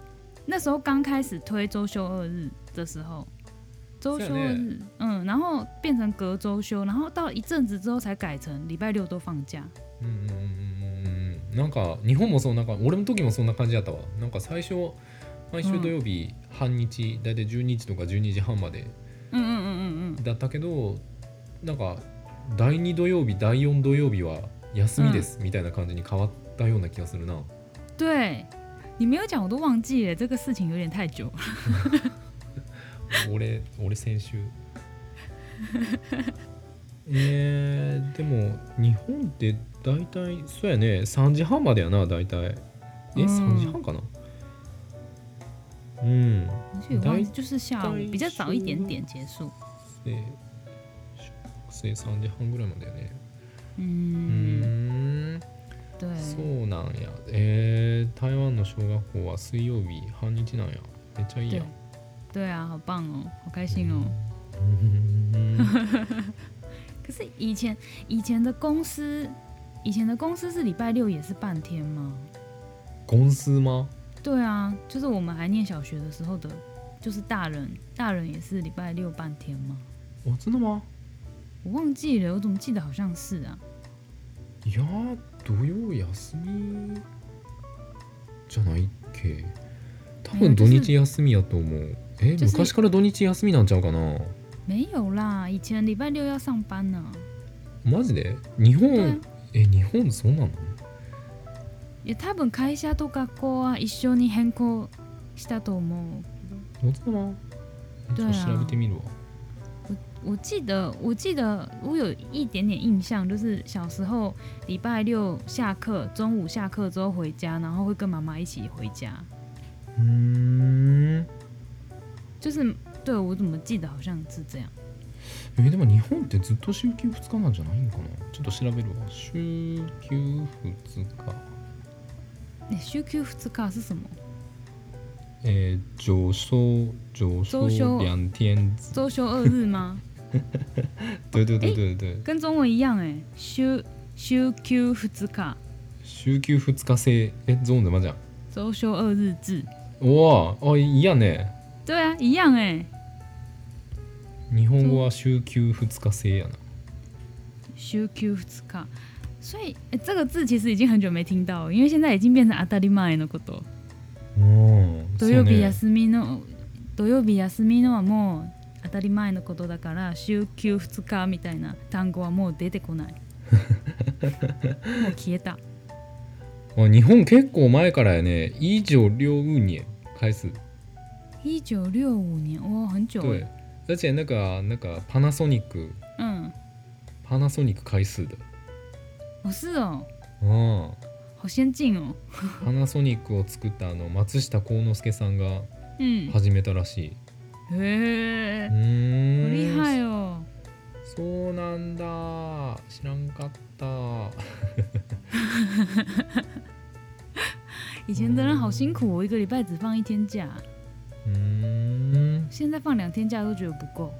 S2: 那时候刚开始推周休二日的时候，周休二日，嗯，然后变成隔周休，然后到一阵子之后才改成礼拜六都放假。
S1: 嗯嗯嗯嗯嗯嗯，なんか日本もそんな感じ、俺の時もそんな感じだったわ。なんか最初毎週土曜日半日、だいたい12時とか12時半まで
S2: 嗯嗯嗯嗯
S1: だったけど、なんか第2土曜日、第4土曜日は休みですみたいな感じに変わったような気がするな。
S2: 嗯，对你没有讲我都忘记了，这个事情有点太久了。
S1: 俺俺先週 *laughs* えー、でも日本って大体そうやね3時半までやな大体え、
S2: うん
S1: 3時半かなうん
S2: 所以我忘记就是下午
S1: 大
S2: 比较早一点点结束。
S1: で小学生3時半ぐらいまでやねうー
S2: 嗯，
S1: ん
S2: 对，
S1: そうなんやえー、台湾の小学校は水曜日半日なんやめっちゃいいや
S2: 对
S1: ん，
S2: 对啊，好棒哦，好开心哦。可是以前以前的公司，以前的公司是礼拜六也是半天吗？
S1: ゴンスー *laughs* マ
S2: 对啊，就是我们还念小学的时候的，就是大人大人也是礼拜六半天吗？
S1: あつの間
S2: 我忘记了，我怎么记得好像是啊？
S1: いやー土曜休みじゃないっけ多分土日休みやと思うえ
S2: 就是
S1: 昔から土日休みなんちゃうかな
S2: 没有啦，以前礼拜六要上班啊呢、
S1: マジで日
S2: 对啊
S1: 本え日本そうなの
S2: いや多分会社と学校は啊一緒に変更したと思う。
S1: 本当だなちょっと調べてみるわ
S2: 我我记得，我记得我有一点点印象，就是小时候礼拜六下课，中午下课之后回家，然后会跟妈妈一起回家。
S1: うん
S2: 就是对我怎么记得好像是这样。
S1: えーでも日本ってずっと週休2日なんじゃないんかなちょっと調べるわ週休2日
S2: 欸週 *laughs* 休二日是什么？
S1: えー、上昇上
S2: 上
S1: 昇
S2: 昇
S1: 两天子
S2: 周休二日吗？
S1: 对对对对对
S2: *laughs* 跟中文一样哎、休休休二日，
S1: 週休2日制えゾーンでまじゃん
S2: 周休二日制。
S1: おおあいいやね
S2: 对啊，一样哎、
S1: 日本語は週休2日制やな
S2: 休休二日。所以、欸这个字其实已经很久没听到了，因为现在已经变成阿达利麦のこと。
S1: うん
S2: 土曜日休みの土曜日休みのはもう当たり前のことだから週休2日みたいな単語はもう出て *laughs* こないもう消えた
S1: あ日本結構前からやね以上両運年開始
S2: 1965年哦很久
S1: 对
S2: 耶
S1: 而且那个那个 Panasonic
S2: 嗯
S1: Panasonic 開始的
S2: 哦是哦
S1: うん
S2: 好先进哦
S1: パナソニックを作ったあの松下幸之助さんが
S2: 嗯
S1: 始めたらしい。
S2: へ
S1: う
S2: え好
S1: ーん
S2: 厉害哦
S1: そうなんだ。知らんかった。
S2: 以前的人好辛苦哦一个礼拜只放一天假
S1: うーん。
S2: 现在放两天假都觉得不够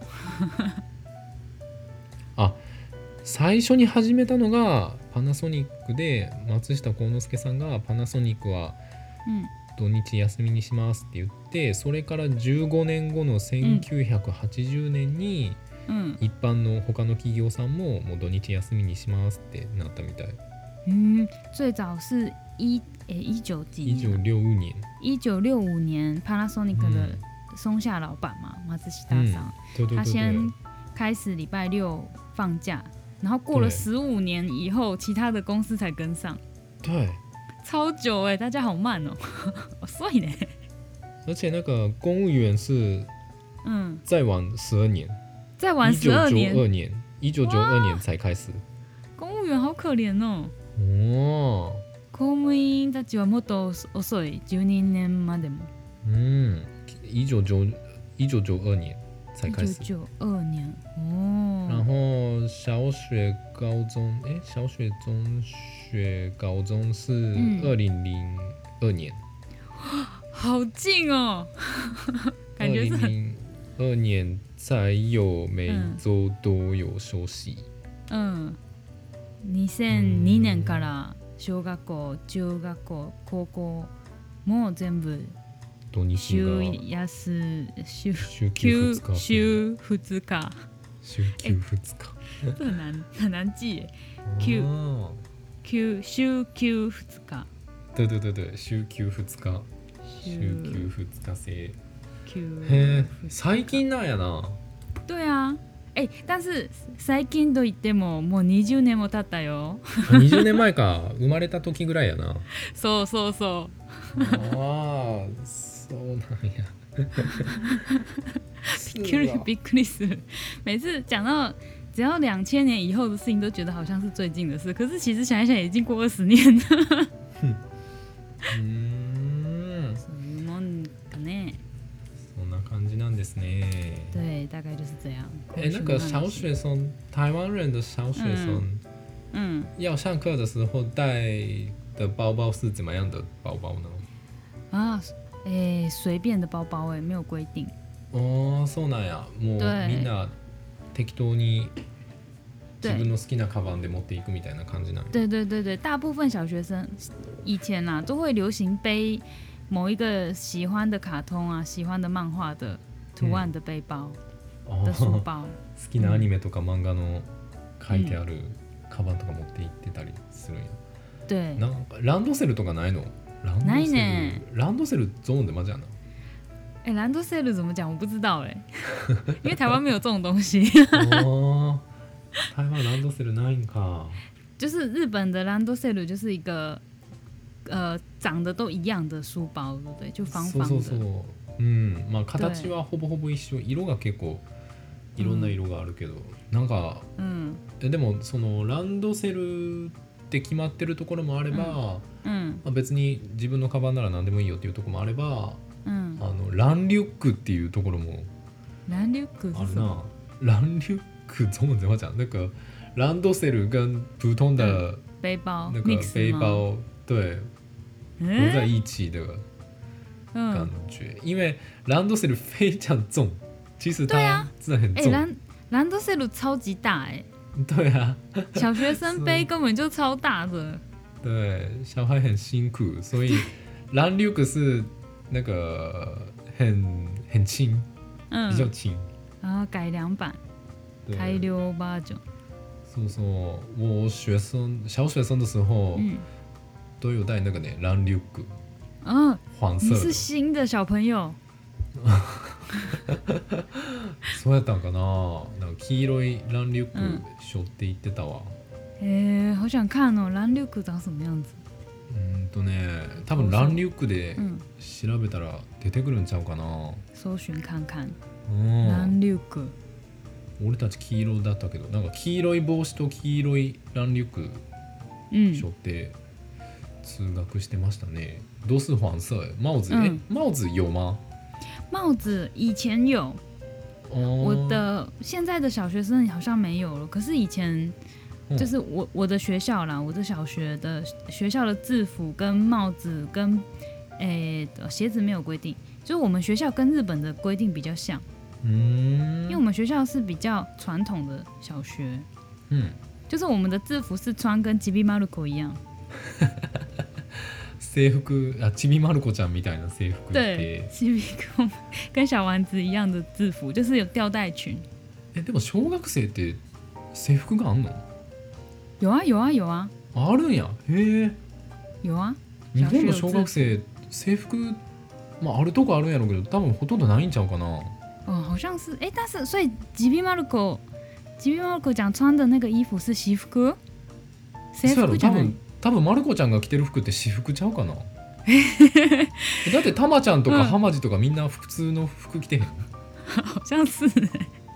S1: 最初に始めたのがパナソニックで松下幸之助さんがパナソニックは
S2: 嗯
S1: 土日休みにしますって言ってそれから15年後の1980年に
S2: 嗯
S1: 一般の他の企業さんももう土日休みにしますってなったみたい。
S2: 嗯最早是一诶一九几
S1: 以
S2: 年
S1: 上
S2: 啊
S1: 両運人。
S2: 一九六五年 Panasonic 的
S1: 嗯
S2: 松下老板嘛，马自西大桑，
S1: 对对
S2: 他
S1: 对
S2: 先
S1: 对。
S2: 开始礼拜六放假，然后过了
S1: 对
S2: 十五年以后，其他的公司才跟上，
S1: 对。
S2: 超久哎、大家好慢哦、 *laughs* 所以呢，
S1: 而且那个公务员是
S2: 嗯，
S1: 再晚十二年，
S2: 再晚
S1: 一九
S2: 十二
S1: 九二
S2: 年，
S1: 年，一九九二年才开始。
S2: 公务员好可怜哦、
S1: 哦，
S2: 公務員たちはもっと遅い12年までも
S1: 嗯，一九九一九九二年才开始。
S2: 1992年
S1: 然
S2: 哦，
S1: 后小学、高中，哎，小学、中学、高中是
S2: 嗯
S1: 二零零二年，
S2: 好近哦、 *laughs*
S1: 二
S2: 感觉是
S1: 零
S2: 很
S1: 零二年才有每周都有休息。
S2: うん2002年から小学校中学校高校も全部
S1: 土日
S2: 週
S1: が
S2: 休週
S1: 週休
S2: 休
S1: 二日。
S2: 週2日
S1: 週休二日。
S2: *laughs* 这很难很难记耶休
S1: 哦
S2: 休週休2日
S1: 对对对对，週休2日、週
S2: 週
S1: 休2日制。へ
S2: 休
S1: え、最近なんやな。
S2: 对啊哎、但是最近といってももう20年も経ったよ
S1: *laughs* 20年前か、生まれた時ぐらいやな。
S2: そうそうそ
S1: ああ、そうなんや。
S2: うびっくり *laughs* びっくりする每次讲到只要两千年以后的事情，都觉得好像是最近的事。可是其实想一想，已经过二十年了。
S1: うーん、
S2: 什么可能？
S1: そんな感じなんですね。
S2: 对，大概就是这样。
S1: え、なんか小
S2: 水，
S1: 学生、台湾人的小学生
S2: 嗯，
S1: 要上课的时候带的包包是怎么样的包包呢？
S2: 啊，哎，随便的包包，哎，没有规定。
S1: ああ、そうなんや。もう
S2: 对
S1: みんな適当に自
S2: 对
S1: 分，の好きなカバンで持っていくみたいな感じなんや
S2: 对对对对，大部分小学生以前啊，都会流行背某一个喜欢的卡通啊、喜欢的漫画的图案的背包、
S1: あ
S2: 的书
S1: ー好
S2: 包。
S1: きなアニメとか漫画の書いてあるカバンとか持って行ってたりするんや、
S2: 对，
S1: なんかランドセルとかないのランドセル
S2: ないね
S1: ランドセルゾーンでマジやな
S2: 哎，兰多塞ル怎么讲？我不知道哎， *laughs* 因为台湾没有这种东西。 *laughs*
S1: あー台湾ランドセルないんか
S2: 就是日本的 Lando s e l 就是一个呃长得都一样的书包，对不对？就方方的。
S1: そうそうそううんまあ形はほぼほぼ一緒色が結構いろんな色があるけど、なんか
S2: うん
S1: えでもそのランドセルって決まってるところもあれば、
S2: うん
S1: ま
S2: うん
S1: あ、別に自分のカバンなら何でもいいよっていうところもあれば
S2: うん
S1: あのランリュックっていうところも
S2: ランリュック
S1: あ
S2: 是
S1: る
S2: 什么
S1: なランリュック怎么怎么讲那个ランドセル跟普通的
S2: 背包
S1: 那个
S2: mix
S1: 背
S2: 吗
S1: 包对合在一起的感
S2: 嗯，
S1: 觉，因为ランドセル非常重，其实
S2: 对
S1: 它
S2: 啊
S1: 真的很
S2: 哎、
S1: 重，
S2: 兰兰德塞鲁超级大哎、
S1: 对啊，
S2: 小学生背根本就超大的。
S1: 对，小孩很辛苦，所以ランリュック是那个很很轻，比较
S2: 嗯，
S1: 轻，
S2: 然后改良版，
S1: 对。
S2: 开溜八九，
S1: そうそう我学生小学生的时候
S2: 嗯，
S1: 都有带那个呢，ランリュック，
S2: 哦，
S1: 黄
S2: 你
S1: 色
S2: 是
S1: 的。
S2: 新的小朋友，
S1: そうやったんかななんか黄色いランリュ
S2: う
S1: ッ
S2: ん
S1: ク背負って行ってたわ。
S2: 哎、好想看哦，蓝绿裤长什么样子？
S1: うーんとね多分ランリュックで
S2: 嗯，
S1: 調べたら出てくるんちゃうかな。
S2: 搜寻看看，
S1: う
S2: 蓝
S1: ん、
S2: 绿裤，
S1: 俺たち黄色だったけどなんか黄色い帽子と黄色いランリュック
S2: 嗯
S1: 背負って通学してましたね。どうす黄色耶帽子、
S2: うん
S1: え帽子有吗
S2: 帽子以前有，我
S1: 我
S2: 的现在的小学生好像没有了，可是以前
S1: 嗯
S2: 就是我我的学校啦，我的小学的学校的制服跟帽子跟诶、鞋子没有规定，就是我们学校跟日本的规定比较像，
S1: うーん
S2: 因为我们学校是比较传统的小学，
S1: うん
S2: 就是我们的制服是穿跟吉比马鲁口一样，
S1: 制服あちびまる子ちゃんみたいな制服って
S2: 对，吉比跟跟小丸子一样的制服，就是有吊带裙，
S1: えでも小学生って制服があんの
S2: 有啊有啊有啊
S1: あるんやへえ
S2: 有啊，
S1: 日本の小学生制服まああるとこあるんやろうけど多分ほとんどないんちゃうかな
S2: 哦，好像是哎，但是所以吉比马鲁口，吉比马鲁口讲穿的那个衣服是西服哥，制
S1: そうや
S2: 服
S1: ろ
S2: じ
S1: 多
S2: ゃない
S1: 分多分まる子ちゃんが着てる服って私服ちゃうかなだってたまちゃんと
S2: うん
S1: かはまじとかみんな普通の服着てへん、
S2: 好像是，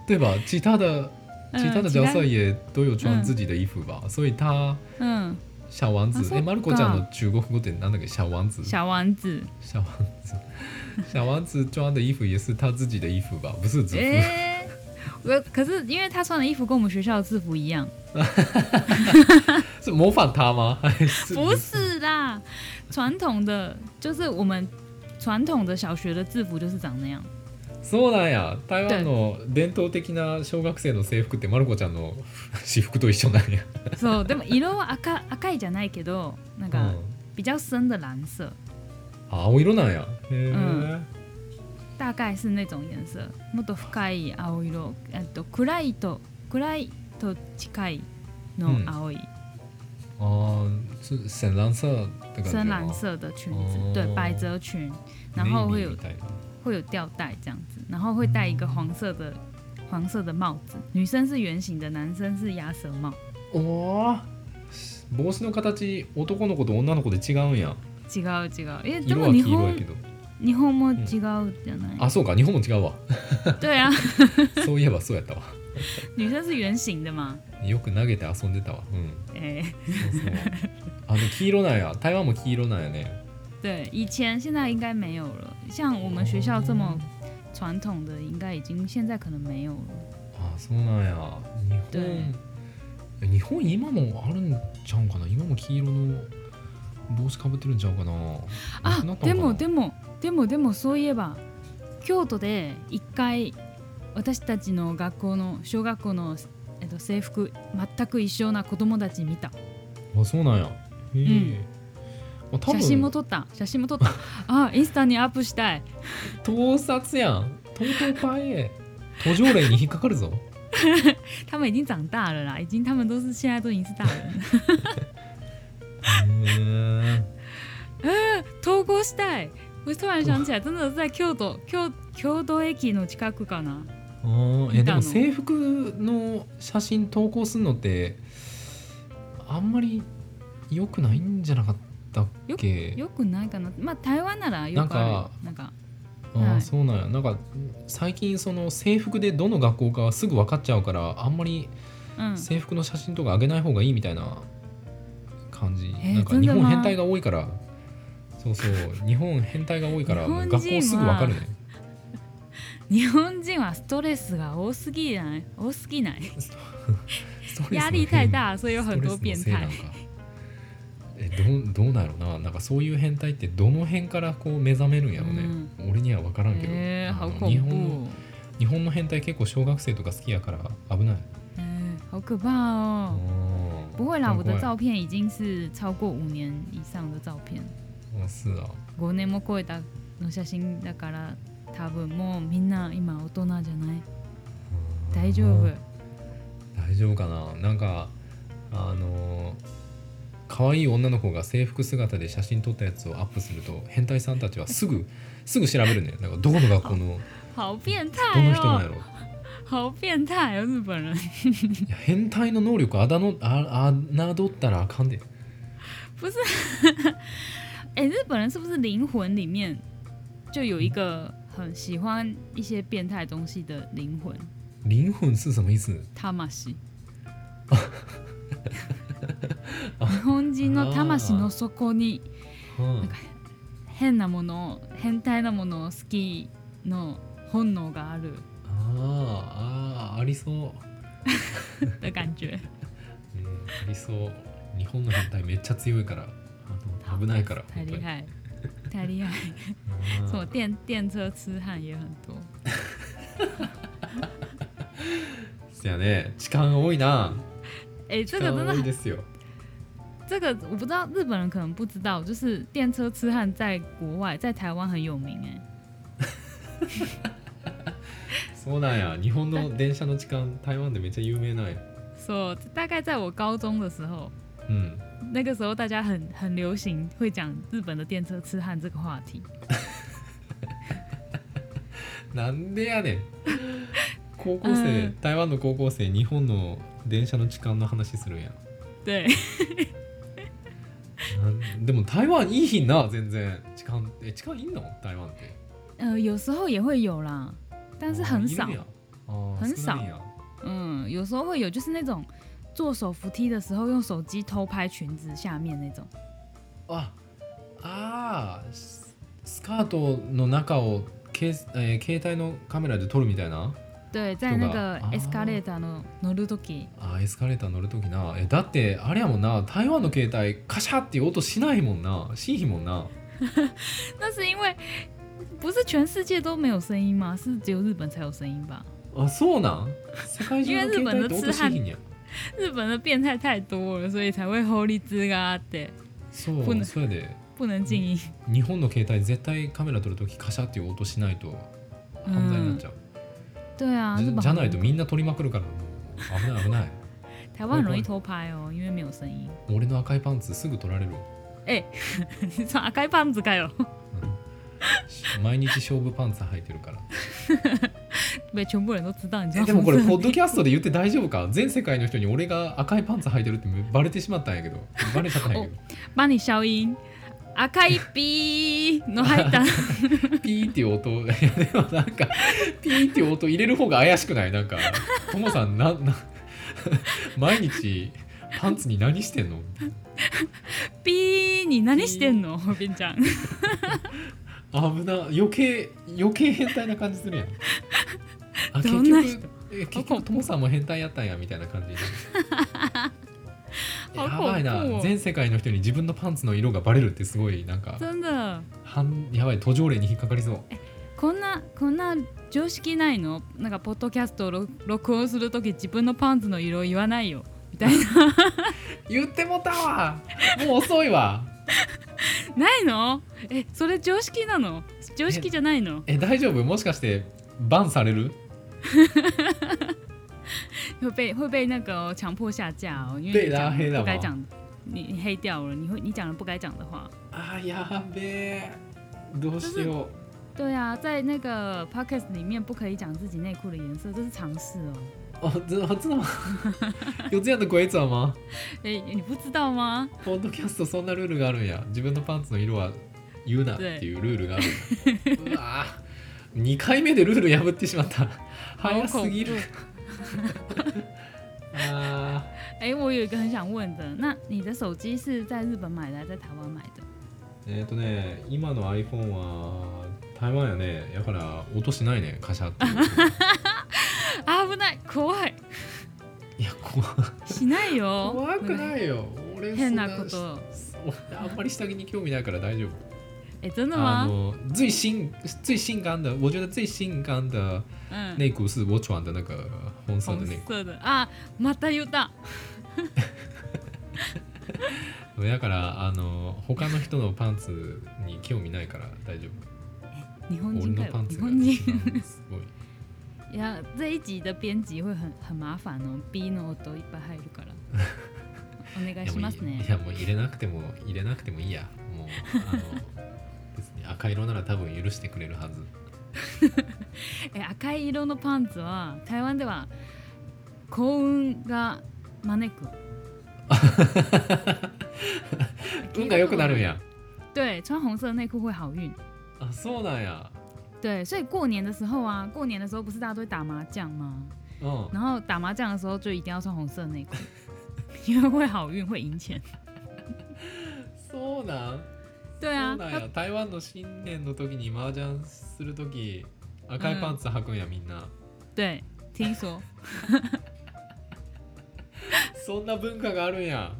S1: 例えば *laughs* 其他的
S2: 嗯
S1: 其他的角色也都有穿自己的衣服吧、所以他
S2: 嗯，
S1: 小王子
S2: あそっか
S1: えまる子ちゃんの中国語ってなんだっけ小王子
S2: 小丸子，
S1: 小王子， *laughs* 小王子穿的衣服也是他自己的衣服吧？不是制服，
S2: 哎、我可是因为他穿的衣服跟我们学校的制服一样，
S1: 是模仿他吗？ *laughs* 还是
S2: 不是啦，传统的就是我们传统的小学的制服就是长那样，
S1: そうなんや。台湾の伝統的な小学生の制服ってまる子ちゃんの私服と一緒なんや。
S2: そうでも色は赤赤いじゃないけど、なん
S1: う
S2: か
S1: ん
S2: 比较深的蓝色，
S1: あ青色なんや。へえ。
S2: うん大概是那种颜色。もっと深い青色、えっと暗いと暗いと近いの
S1: うん
S2: 青い、
S1: あー是深蓝色的感觉吗
S2: 深蓝色的裙子，
S1: 哦
S2: 对，百褶裙，然后会有
S1: ネイビーみたいな
S2: 会有吊带这样子，然后会戴一个黄色的黄色的帽子，女生是圆形的，男生是鸭舌帽。
S1: おー帽子の形男の子と女の子で違うんや
S2: 違う違う。え、で
S1: 色
S2: も
S1: は
S2: 日
S1: 黄色やけ
S2: 本
S1: ど
S2: 日本も違うじゃない？
S1: あそうか日本も違うわ
S2: *laughs* 对啊，
S1: そういえばそうやったわ
S2: 女生是圆形的嘛。
S1: よく投げて遊んでたわうん
S2: 哎、
S1: そうそうあの黄色なんや台湾も黄色なんやね
S2: 对，以前现在应该没有了。像我们学校这么传统的，应该已经现在可能没有了。
S1: あそうなんや日
S2: 对
S1: 本え日本今もあるんちゃうんかな今も黄色の帽子かぶってるんちゃうかなな
S2: あ
S1: くなっ、たん
S2: で
S1: かな
S2: もでもでもでもそういえば、京都で一回私たちの学校の小学校のえっと制服全く一緒な子供たち見た。
S1: あそうなんやへえ、まあ、多
S2: 写真も
S1: 分
S2: 撮った写真も
S1: *laughs*
S2: 撮った。あ、インスタにアップしたい。
S1: 盗撮やんとうとうパイへ途上例に引っかかるぞ
S2: 他们已经长大了啦，已经他们都是现在都已经是大
S1: *laughs*
S2: 人了。
S1: へえ
S2: 投稿したい。我突然想起来，真的是在京都、京京都駅の近くかな。
S1: あーえ
S2: 見
S1: で
S2: た
S1: も
S2: の
S1: 制服の写真投稿するのってあんまり良くないんじゃなかったっけ
S2: よくないかな。まあ台湾ならよくあるよ。なんか、
S1: あーそうなんやなんか最近その制服でどの学校かはすぐ分かっちゃうからあんまり
S2: 嗯，
S1: 制服の写真とか上げない方がいいみたいな感じ、
S2: えー
S1: なんか
S2: 真
S1: 日
S2: 的
S1: 本
S2: 吗
S1: 変態が多いからそうそう日本変態が多いから
S2: 日
S1: もう
S2: 本人は
S1: 学校すぐ分かるね
S2: 日本人はストレスが多すぎない多すぎない，
S1: ストレスの変
S2: 压力
S1: *laughs*
S2: 太大，所以有很多
S1: ストレ
S2: 变
S1: スのせいなん。
S2: 态
S1: かえどうどうなんやろななんかそういう変態ってどの辺からこう目覚めるんやろね、俺には分からんけど、
S2: えー、
S1: あの
S2: 好恐
S1: 日
S2: 怖
S1: 本の
S2: 哦，
S1: 日本の変態結構小学生とか好きやから危ない
S2: 哎，好可怕哦！
S1: 哦
S2: 不会啦，
S1: 难
S2: 我的
S1: 怪
S2: 照片已经是超过五年以上的照片。
S1: あそうだ
S2: 5年も超えたの写真だから多分もうみんな今大人じゃない大丈夫
S1: あー大丈夫かななんかあのー可愛い女の子が制服姿で写真撮ったやつをアップすると変態さんたちはすぐ *laughs* すぐ調べるねなんかどこの学校の
S2: 好变
S1: ど
S2: 态
S1: の人なんや
S2: 哦
S1: ろ
S2: 好变态哦日本人
S1: いや変態の能力あだのああ侮ったらあかんで
S2: *laughs* 哎、日本人是不是灵魂里面就有一个很喜欢一些变态东西的灵魂
S1: 灵魂是什么意思
S2: 魂日本人の魂の底に
S1: うん
S2: 変なものを変態なものを好きの本能がある
S1: あーあーありそう
S2: 的感觉
S1: うんありそう日本の変態めっちゃ強いからあの危ないから
S2: 太厉害太厉害
S1: うん
S2: 什么电电车痴汉也很多，
S1: そやね痴漢が多いな
S2: 哎、
S1: 痴
S2: 这
S1: 漢
S2: 个真
S1: 多
S2: 的
S1: い
S2: 很，
S1: ですよ
S2: 这个我不知道，日本人可能不知道，就是电车痴汉在国外，在台湾很有名哎、
S1: そうなんや日本の電車の痴漢台湾でめっちゃ有名なんや
S2: 说、大概在我高中的时候，
S1: うん
S2: 那个时候大家很很流行会讲日本的电车痴汉这个话题，
S1: なんでやね *laughs* ん高校生、
S2: うん
S1: 台湾の高校生日本の電車の痴漢の話するんや
S2: 对，
S1: なんでも台湾いいひんな全然痴漢え痴漢いんの台湾って
S2: 呃，有时候也会有啦，但是
S1: あ
S2: 很
S1: ーいる
S2: 少
S1: ん，やあー
S2: 很
S1: 少ないんや
S2: 嗯，有时候会有，就是那种坐手扶梯的时候用手机偷拍裙子下面那种，
S1: ああーススカートの中をけ、えー携帯のカメラで撮るみたいな
S2: 对，在那个
S1: 这个啊
S2: escalator の乗る時。
S1: あーエスカレーター乗るときなえだってあれやもんな台湾の携帯カシャっていう音しないもんなしんひんもんな
S2: 那是因为不是全世界都没有声音吗？是只有日本才有声音吧？
S1: あそうなん世界中の携帯って音しんひんや
S2: 日本的变态太多了，所以才会 Holy 滋嘎的，
S1: そ
S2: 不能
S1: うそうやで
S2: 不能静音。
S1: 日本の携帯絶対カメラ撮るときカシャっていう音しないと犯罪になっ
S2: 嗯
S1: ち，ゃう、
S2: 对啊，日
S1: じゃ
S2: 本
S1: じゃないとみんな撮りまくるからもう危ない危ない
S2: 台湾很容易偷拍哦，因为没有声音。
S1: 俺の赤いパンツすぐ撮られるわ
S2: 哎、你穿阿该棒子该哦，
S1: 毎日勝負パンツ履いてる *laughs* から
S2: 被全部人都知道，你知
S1: え
S2: 道
S1: でもこれ
S2: 吗？
S1: ポッドキャストで言って大丈夫か全世界の人に俺が赤いパンツ履いてるってバレてしまったんやけどバレちゃったんやけど
S2: 帮你消音。阿开逼，然后还打，
S1: ピーっていう音い *laughs* やでもなんかピーっていう音入れる方が怪しくないなんかともさんなな *laughs* 毎日パンツに何してんの
S2: 逼你何してんの？我跟你讲，
S1: 危な余計余計変態な感じするやんあ
S2: どんな
S1: 結局え結局トモさんも変態やったんやみたいな感じになるやばい
S2: あこうこ
S1: な
S2: う
S1: 全世界の人に自分のパンツの色がバレるってすごいなんか
S2: 真的。
S1: はんやばい途上例に引っかかりそう
S2: こんなこんな常識ないのなんかポッドキャストを録録音するとき自分のパンツの色言わないよみたいな
S1: 言ってもたわもう遅いわ
S2: ないのえそれ常識なの常識じゃないの
S1: え大丈夫もしかしてバンされる
S2: 会被会被那个强迫下架哦，因为
S1: 对
S2: 你
S1: 啦
S2: 讲
S1: 黑了
S2: 了不该
S1: 嘛
S2: 讲，你你黑掉了，你会你讲了不该讲的话。
S1: あやべえどうしよう
S2: 对啊，在那个 podcast 里面不可以讲自己内裤的颜色，这是常识哦。
S1: あずあずな有这样的规则吗
S2: 哎，你不知道吗？
S1: ポッドキャストそんな
S2: *laughs*
S1: ルールがあるんや自分のパンツの色は言うなっていうルールがあるんやうわ2回目でルール破ってしまった早すぎる
S2: 好
S1: あ
S2: 哎，我有一个很想问的，那你的手机是在日本买的，还是在台湾买的？
S1: ーえっ、とね今の iPhone は台湾やねやから音しないねカシャっていう
S2: *laughs* 啊，不对，怖い。
S1: いや怖
S2: しないよ。
S1: 怖く
S2: い。
S1: ないよ俺
S2: 変
S1: そん
S2: なこと。
S1: 俺 *laughs* あんまり下着に興味ないから大丈夫
S2: 哎，真的
S1: あ
S2: 吗？
S1: の最新最性感的，我觉得最性感的
S2: 嗯，
S1: 啊内裤是我穿的那个红色
S2: 红
S1: 的内裤。
S2: 色的啊，また言った。
S1: だからあの他の人のパンツに興味ないから大丈夫。
S2: 日本
S1: 俺
S2: 人
S1: の
S2: か
S1: パ
S2: よ
S1: ン
S2: 日
S1: ツが
S2: 本人
S1: 一。番すごい。
S2: 呀，这一集的编辑会很很麻烦哦，B の音いっぱい入る
S1: *laughs*
S2: から。お願い
S1: *laughs* いや
S2: し
S1: も
S2: ます
S1: ういいい
S2: ね。
S1: やもう入れなくても入れなくてもいいや。もうあの別に赤色なら多分許してくれるはず。
S2: え、赤い色のパンツは台湾では幸運が招く。
S1: 運が良くなるんや。
S2: 对，穿红色内裤会好运。
S1: あそうなんや。
S2: 对，所以过年的时候啊，过年的时候不是大家都会打麻将吗？
S1: うん。
S2: 然后打麻将的时候就一定要穿红
S1: *laughs*
S2: 色内裤，因为会好运，会赢钱。
S1: そうなん。
S2: 对
S1: そ
S2: 啊
S1: う，なんや台湾の新年の時に麻雀する時赤いパンツ履くんや、みんな
S2: 对，听说
S1: そんな文化があるんや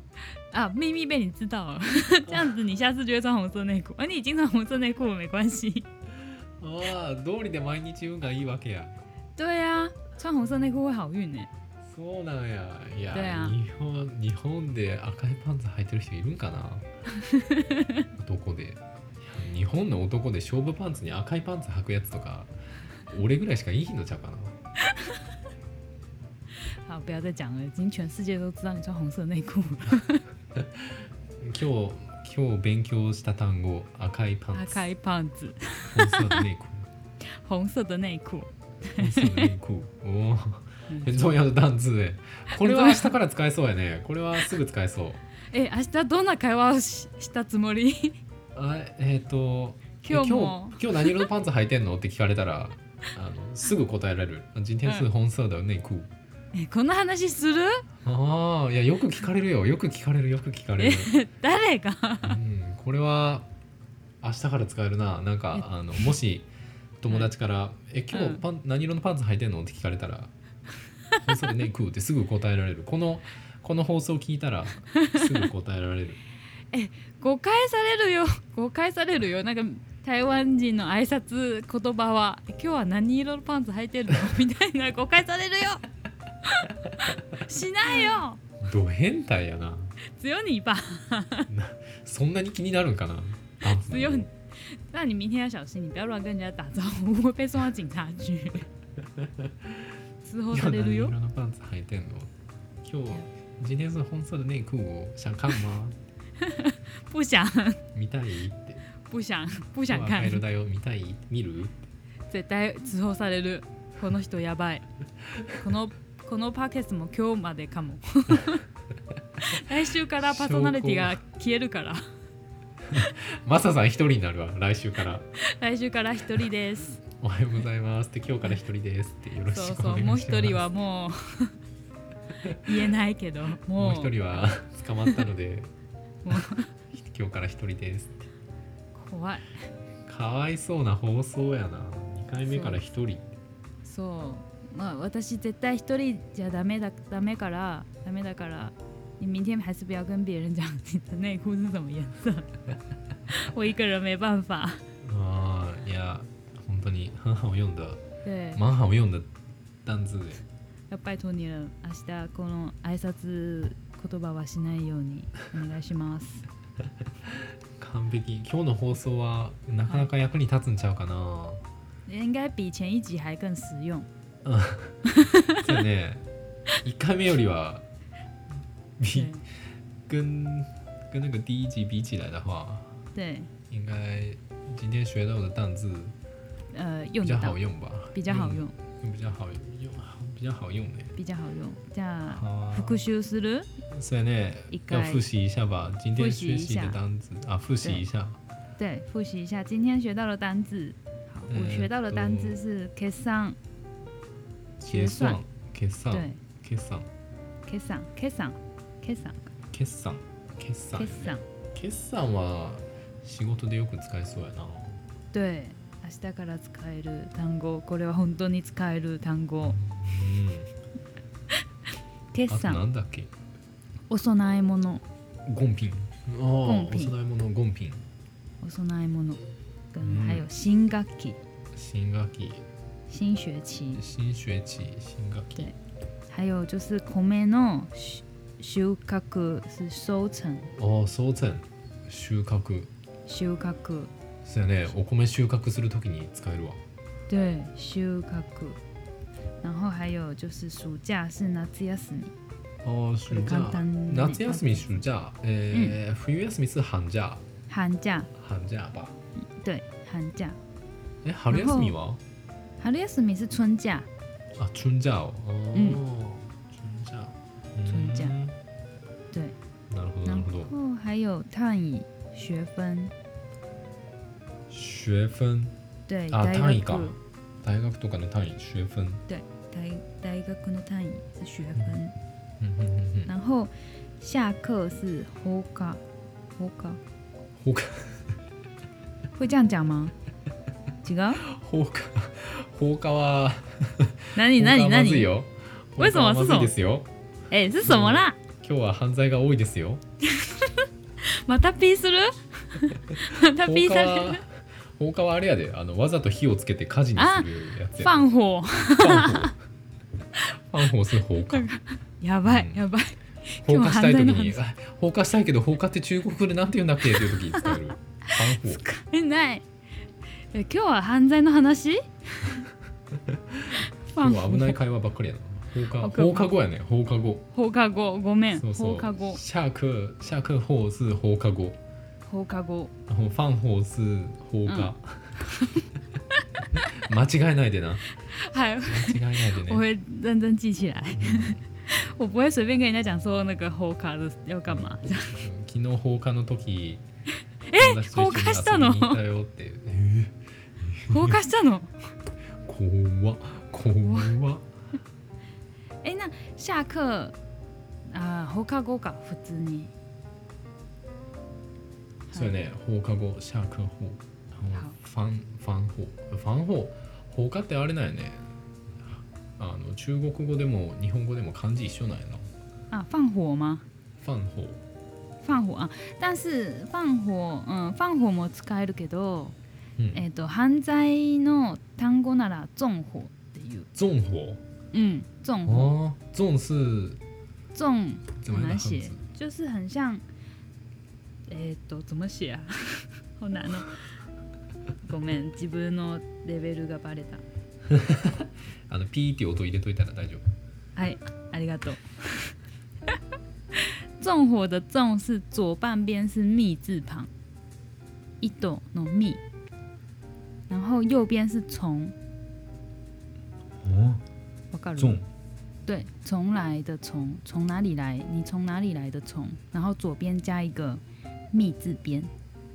S2: 啊，秘密被你知道了， *laughs* 这样子你下次就会穿红色内裤。而、你已经穿红色内裤了，没关系。
S1: ああ道理で毎日運がいいわけや
S2: 对啊，穿红色内裤会好运呢、
S1: そうなんやいや、
S2: どや
S1: 日本日本で赤いパンツ履いてる人いるんか *laughs* な男でいや日本の男で勝負パンツに赤いパンツ履くやつとか俺ぐらいしかいいのちゃうかな
S2: 好，不要再讲了，已经全世界都知道你穿红色内裤了。
S1: 今日今日勉強した単語赤いパンツ
S2: 赤いパンツ，
S1: 本色のね
S2: 红色的内裤。
S1: 本色のねこうおおヘンゾンヤのダンツでこれは明日から使えそうやねこれはすぐ使えそう
S2: え、明日どんな会話をししたつもり？ *laughs*
S1: あえっ、とえ
S2: 今日も
S1: 今日今日何色のパンツ履いてんのって聞かれたらあのすぐ答えられる「今天是本色的内裤
S2: え、こんな話する？」
S1: ああいやよく聞かれるよよく聞かれるよく聞かれる、
S2: 誰が？
S1: うん、これは明日から使えるななんかあのもし友達から「え今日パン、何色のパンツ履いてんの?」って聞かれたら「本色で内裤」ってすぐ答えられるこのこの放送聞いたらすぐ答えら
S2: *laughs*
S1: れる
S2: 誤解されるよ誤解されるよなんか台湾人の挨拶言葉は「今日は何色のパンツ履いてるの? 」みたいな誤解されるよしないよ
S1: ド変態やな
S2: 強你吧
S1: そんなに気になるんかなパンツ
S2: 強你那你明天要小心，你不要乱跟人家打招呼，会被送到警察局。之后
S1: 今
S2: さ
S1: 日
S2: れる
S1: 何色
S2: よ。
S1: のパンツ履いてんの今日ジネス本色で内裤を想看吗
S2: 不想，
S1: 見たいって
S2: 不想，不
S1: 今日
S2: 想
S1: 赤
S2: 看。
S1: 色だよ見たい見る
S2: 絶対通報される。この人やばい。このこのパーケースも今日までかも。来週からパーソナリティが消えるから。
S1: マサさん一人になるわ来週から
S2: 来週から一人です。
S1: おはようございますって今日から一人ですってよろし
S2: そう
S1: くお
S2: そ
S1: 願
S2: う、
S1: いし
S2: も
S1: ま
S2: う
S1: す。
S2: 一人はもう言えないけど、
S1: も
S2: も
S1: う
S2: う
S1: 一人は捕まったので
S2: もう
S1: 今日から一人ですって。
S2: 怖い。
S1: かわいそうな放送やな。二回目から一人。
S2: そう、まあ私絶対一人じゃダメだダメからダメだから。你明天还是不要跟别人讲你的内裤是什么颜色，我一个人没办法。
S1: ああいや本当に漫画を読んだ
S2: 对。
S1: 漫画を読んだダンズで。
S2: 要拜托你了，明日この挨拶言葉はしないようにお願いし
S1: *laughs*
S2: ます。
S1: 完璧今日の放送はなかなか役に立つんちゃうかな、
S2: 应该比前一集还更实用。
S1: そうやね1
S2: *laughs*
S1: 回目よりは比
S2: 对
S1: 跟跟那个第一集比起来的话
S2: 对，
S1: 应该今天学到的单字
S2: 呃，
S1: 比
S2: 用得
S1: 较
S2: 到
S1: 好，用吧？
S2: 比较好用，
S1: 用，比较好用，比较好用呢。
S2: 比较好用。じゃあ
S1: 好
S2: 復習する？
S1: 所以呢
S2: 一，概
S1: 要复习一下吧。今天
S2: 复习
S1: 学
S2: 一
S1: 习的
S2: 下
S1: 单词啊，复习一下。
S2: 对，复习一下今天学到的单字。好，我学到的单字是 k e s a n
S1: 決算、決算、
S2: 对
S1: 決算、
S2: k e s a n k e s a n k e s a n
S1: 決算、決
S2: k e
S1: 算、
S2: s a n
S1: 決算は仕事でよく使えそうやな。
S2: *laughs* 对明日から使える単語これは本当に使える単
S1: うん。
S2: 語決
S1: あとな
S2: 算
S1: んだっけ
S2: お供え物
S1: ゴンピン。ああ、お
S2: ンピン
S1: 供え物ゴンピン。
S2: お供え物
S1: 嗯
S2: 跟还有新学期
S1: 新学期、
S2: 新学期
S1: 新学期、新学期
S2: 对。还有就是米の収収穫是收成
S1: ああ、そうせん。収穫。
S2: 収穫
S1: そうやね。お米収穫するときに使えるわ。
S2: 对収穫然后还有就是暑假是夏休み
S1: ああ、暑假
S2: 簡。単ね
S1: 夏休み、暑假。えー冬休み是寒假。
S2: 寒假
S1: 寒假吧。
S2: 对寒假
S1: え、春休みは
S2: 春休み是春假
S1: あ、春假を。あー
S2: うん
S1: 春假。
S2: 春假
S1: うん
S2: 对
S1: なるほど、な
S2: 然
S1: るほど。
S2: 后还有単位学分
S1: 学分。
S2: 对
S1: あ、
S2: 大
S1: 単位か
S2: 学。
S1: 大学とかの単位、学分。
S2: 大大学の単位是学分
S1: うんうんうんうん
S2: 然后下课是放課放課
S1: 放課
S2: 会这样讲
S1: *laughs*
S2: 吗？違う？
S1: 放課放課は
S2: なに
S1: 放
S2: な
S1: 課
S2: にな
S1: はまずい
S2: に？
S1: よ。
S2: 为什么
S1: 放課はまずいですよ。
S2: え、是什么啦？
S1: 今日は犯罪が多いですよ。
S2: またピーする？
S1: *laughs*
S2: また
S1: 放
S2: ピー
S1: 課
S2: され
S1: は
S2: る？
S1: 放課はあれやで、あのわざと火をつけて火事にするやつや。
S2: 放火！
S1: ファン放。ファン放する放火。
S2: やば
S1: う
S2: い
S1: ん
S2: やばい。
S1: 放火したいとき
S2: 今日
S1: に
S2: は、
S1: あ放火したいけど放火って中国語でなんて言うんだっけっていうときに使 *laughs* える。ファン放。
S2: えない。え、今日は犯罪
S1: *laughs*
S2: の話？
S1: 今日は危ない
S2: い。
S1: 会話ばっかりやな。放課
S2: 放課
S1: 放課後やね、放課後。
S2: 放課後ごめん。
S1: そうそ
S2: 放
S1: う。
S2: 課後
S1: 下课下课后是放課後。
S2: 放課後
S1: 然后放火是放火。 *laughs* 間違えないでな。
S2: はい。
S1: 間違えないで
S2: 我
S1: ね。
S2: 会认真记起来。 *laughs* 我不会随便跟人家讲说那个放課的要
S1: *laughs*
S2: 干嘛。
S1: 昨日放火の時。え
S2: 放火したの
S1: 行ったよって。え
S2: 放課したの？
S1: ー、怖っ怖っ
S2: 哎，那下课啊，放課後か普通に。
S1: そうよね。放課後下课後。然後ファンファン放ファン放放火ってあれなんやね。あの中国語でも日本語でも漢字一緒なんやな。
S2: 啊，放火吗？
S1: ファン放。
S2: 放火啊，但是放火，嗯，放火も使えるけど、
S1: うん。
S2: えっ、と犯罪の単語なら纵火っていう。
S1: ゾン放。
S2: 嗯，纵火，
S1: ああ。ゾン是
S2: 纵
S1: 怎么样的
S2: 很难
S1: 汉字
S2: 写？，就是很像，えっ、と怎么写啊？好难哦。 *laughs* ごめん、自分のレベルがバレた。
S1: あのピーって音入れといたら大丈夫。
S2: はい、哎ありがとう。纵火的纵是左半边是密字旁，一斗の密，然后右边是从，
S1: 哦，
S2: わかる？
S1: 重
S2: 对，从来的从，从哪里来？你从哪里来的从？然后左边加一个密字边，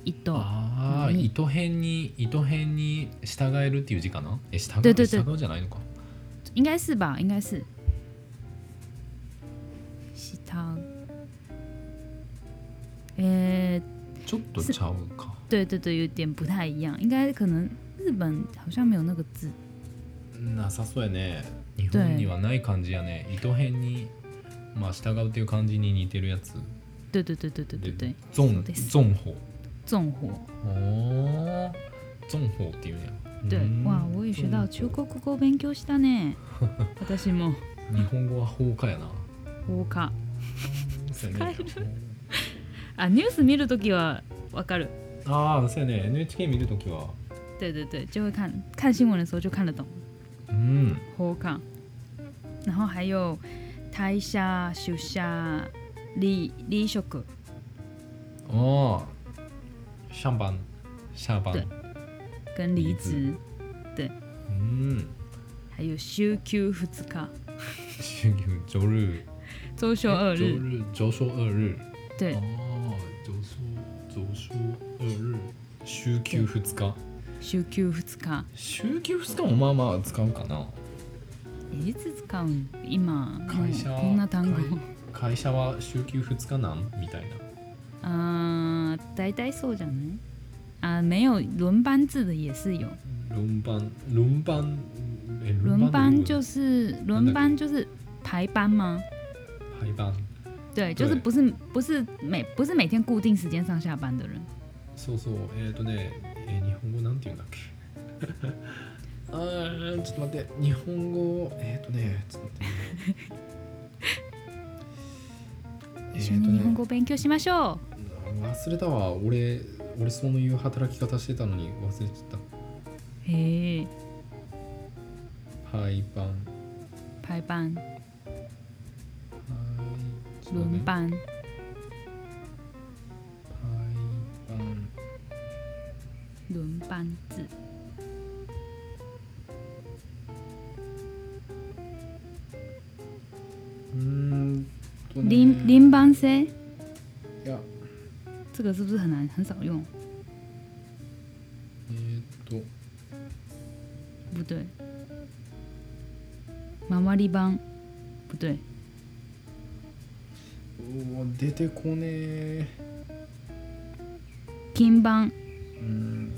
S2: 一斗。
S1: 啊ああ、
S2: うん
S1: 糸編に糸編に従えるっていう字かな。え従う
S2: 对对对
S1: 従うじゃないのか。
S2: 应该是吧，应该是。西汤。呃，
S1: ちょっとちゃうか。
S2: 对对对，有点不太一样，应该可能日本好像没有那个字。
S1: なさそうやね。日本にはない感じやね。糸編にまあ従うっていう感じに似てるやつ。
S2: 对对对对对对对，
S1: ゾ
S2: そう
S1: ン
S2: です
S1: ゾン法。
S2: 纵火。
S1: おお、ゾン法っていうね。
S2: 对
S1: う，ん
S2: 哇，我也学到中国語勉強した *laughs* ね。私も
S1: 日本語は放火やな。
S2: 放課。
S1: そうやね
S2: 使あ、ニュース見るときはわかる。
S1: ああ、そうやね。NHK 見るときは。
S2: 对对对，就会看看新闻的时候就看得懂。
S1: うん。
S2: 放課。然后还有退社、出社、離離職。
S1: 哦，上班，下班
S2: 对，跟离职，
S1: 嗯，
S2: 还有週休2日、
S1: *laughs* 周日，
S2: 周休二
S1: 周
S2: 日。
S1: 日，周休二日，
S2: 对，
S1: 哦，周休，周休二日，週休二日，
S2: 週休2日
S1: 週休2日もまあまあ使うかな。
S2: いつ使うん今
S1: 会社
S2: もうこんな単語
S1: 会社は週休2日なんみたいな。
S2: *laughs* あー大体そうじゃない啊没有轮班制的也是有
S1: 轮班轮班え
S2: 轮班
S1: 的日文
S2: 就是轮班就是排班吗？
S1: 排班
S2: 对，就是
S1: 对
S2: 不是不是每不是每天固定时间上下班的人。
S1: そうそうえっ、とね、えー日本語なんて言うん *laughs* だっけあーちょっと待って日本語えっ、とねちょっと待って
S2: 一緒
S1: えっと
S2: に日本
S1: ね
S2: 語勉強しましょう。
S1: 忘れたわ俺俺そういう働き方してたのに忘れちゃっ
S2: へえ、
S1: た排班
S2: 排班、
S1: 排
S2: 轮班，
S1: 排班
S2: 轮班制。
S1: うーんとね
S2: 轮轮班制，
S1: いや
S2: 这个是不是很难很少用？
S1: えーっと
S2: 不对，回り班，不对，
S1: うわ出てこねえ
S2: 金班、
S1: うーん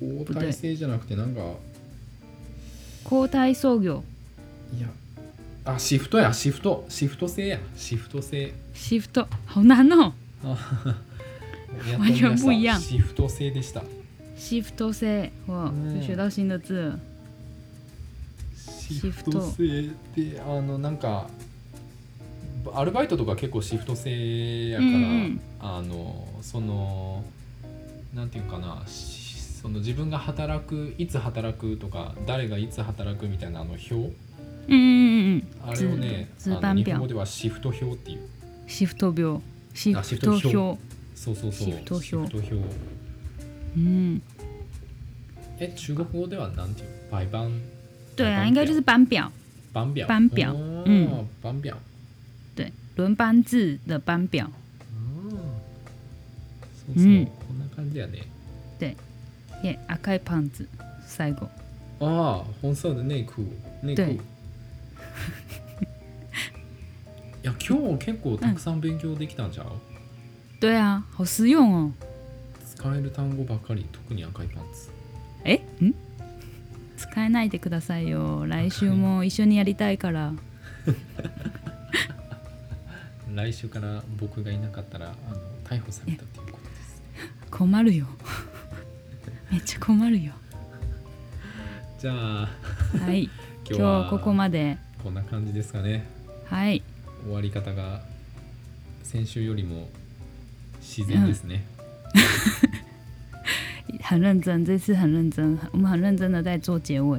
S1: 交代制じゃなくてなんか
S2: 交代操業、
S1: いやあシフトやシフトシフト制やシフト制
S2: シフト，好难哦。
S1: やっと
S2: 完全不一
S1: 思出
S2: 样
S1: したシフト制でした
S2: シフト制，哇，
S1: 嗯
S2: 又学到新的字了。
S1: シ
S2: フ
S1: フ
S2: ト
S1: ト制であのなんかアルバイトとか結構シフト制やから、
S2: うんうん
S1: あのそのなんていうかなしその自分が働くいつ働くとか誰がいつ働くみたいなあの表
S2: 嗯嗯嗯
S1: あれをね
S2: ず
S1: あ
S2: ずば
S1: の
S2: ん
S1: 日
S2: ぴょん
S1: 本語ではシフト表っていう
S2: 嗯，シフト病、シ
S1: あシフ
S2: フ
S1: ト
S2: ト
S1: 表
S2: 表。
S1: そうそうそう
S2: シフト表
S1: シフト表
S2: 嗯，
S1: え中国語ではなんていうバイバン
S2: 对啊，
S1: 班
S2: 应该
S1: 表
S2: 就是班表，
S1: バンビャン
S2: 班表うん
S1: バンビャン
S2: 对，轮班制的班表。
S1: そうそう、
S2: うん
S1: こんな感じやね
S2: 耶，赤いパンツ、最後。
S1: ああ、本色的内裤，内裤。*laughs*
S2: 对
S1: いや、今日結構たくさん勉強できたんじゃん。
S2: 对啊，好实用哦。
S1: 使える単語ばかり、特に赤いパンツ。
S2: え、ん？使えないでくださいよ。来週も一緒にやりたいから。
S1: 来週から僕がいなかったら、あの逮捕されたということです。
S2: 困るよ。 *laughs* めっちゃ困るよ。
S1: じゃあ、
S2: はい、
S1: *laughs* 今
S2: 今
S1: 日は
S2: 日ここまで。
S1: こんな感じですかね。
S2: はい、
S1: 終わり方が先週よりも自然ですね。
S2: 很认真，这次很认真，我们很认真的在做结尾。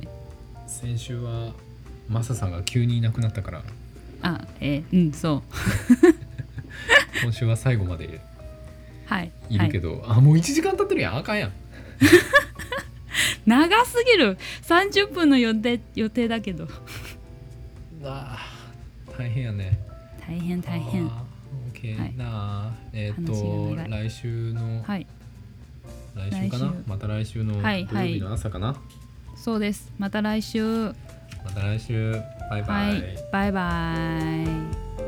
S1: 先週はマサさんが急にいなくなったから、
S2: あ、えー、うん、そう。
S1: 今週は最後まで
S2: はい。
S1: いるけ
S2: はい、
S1: ど、あ、もう1時間経ってるやん、あかんやん。
S2: 長すぎる !30 分の予定予定だけど。
S1: あー大変やね
S2: 大変大変。
S1: あー OK、
S2: はい
S1: なあえっ、
S2: 話お
S1: と
S2: 願い
S1: 来週の、
S2: はい。
S1: 来週かな
S2: 来週
S1: また来週の土
S2: はい
S1: 曜日の朝かな、
S2: そうです。また来週。
S1: また来週バイバ
S2: は
S1: イ、
S2: い。バイバイ。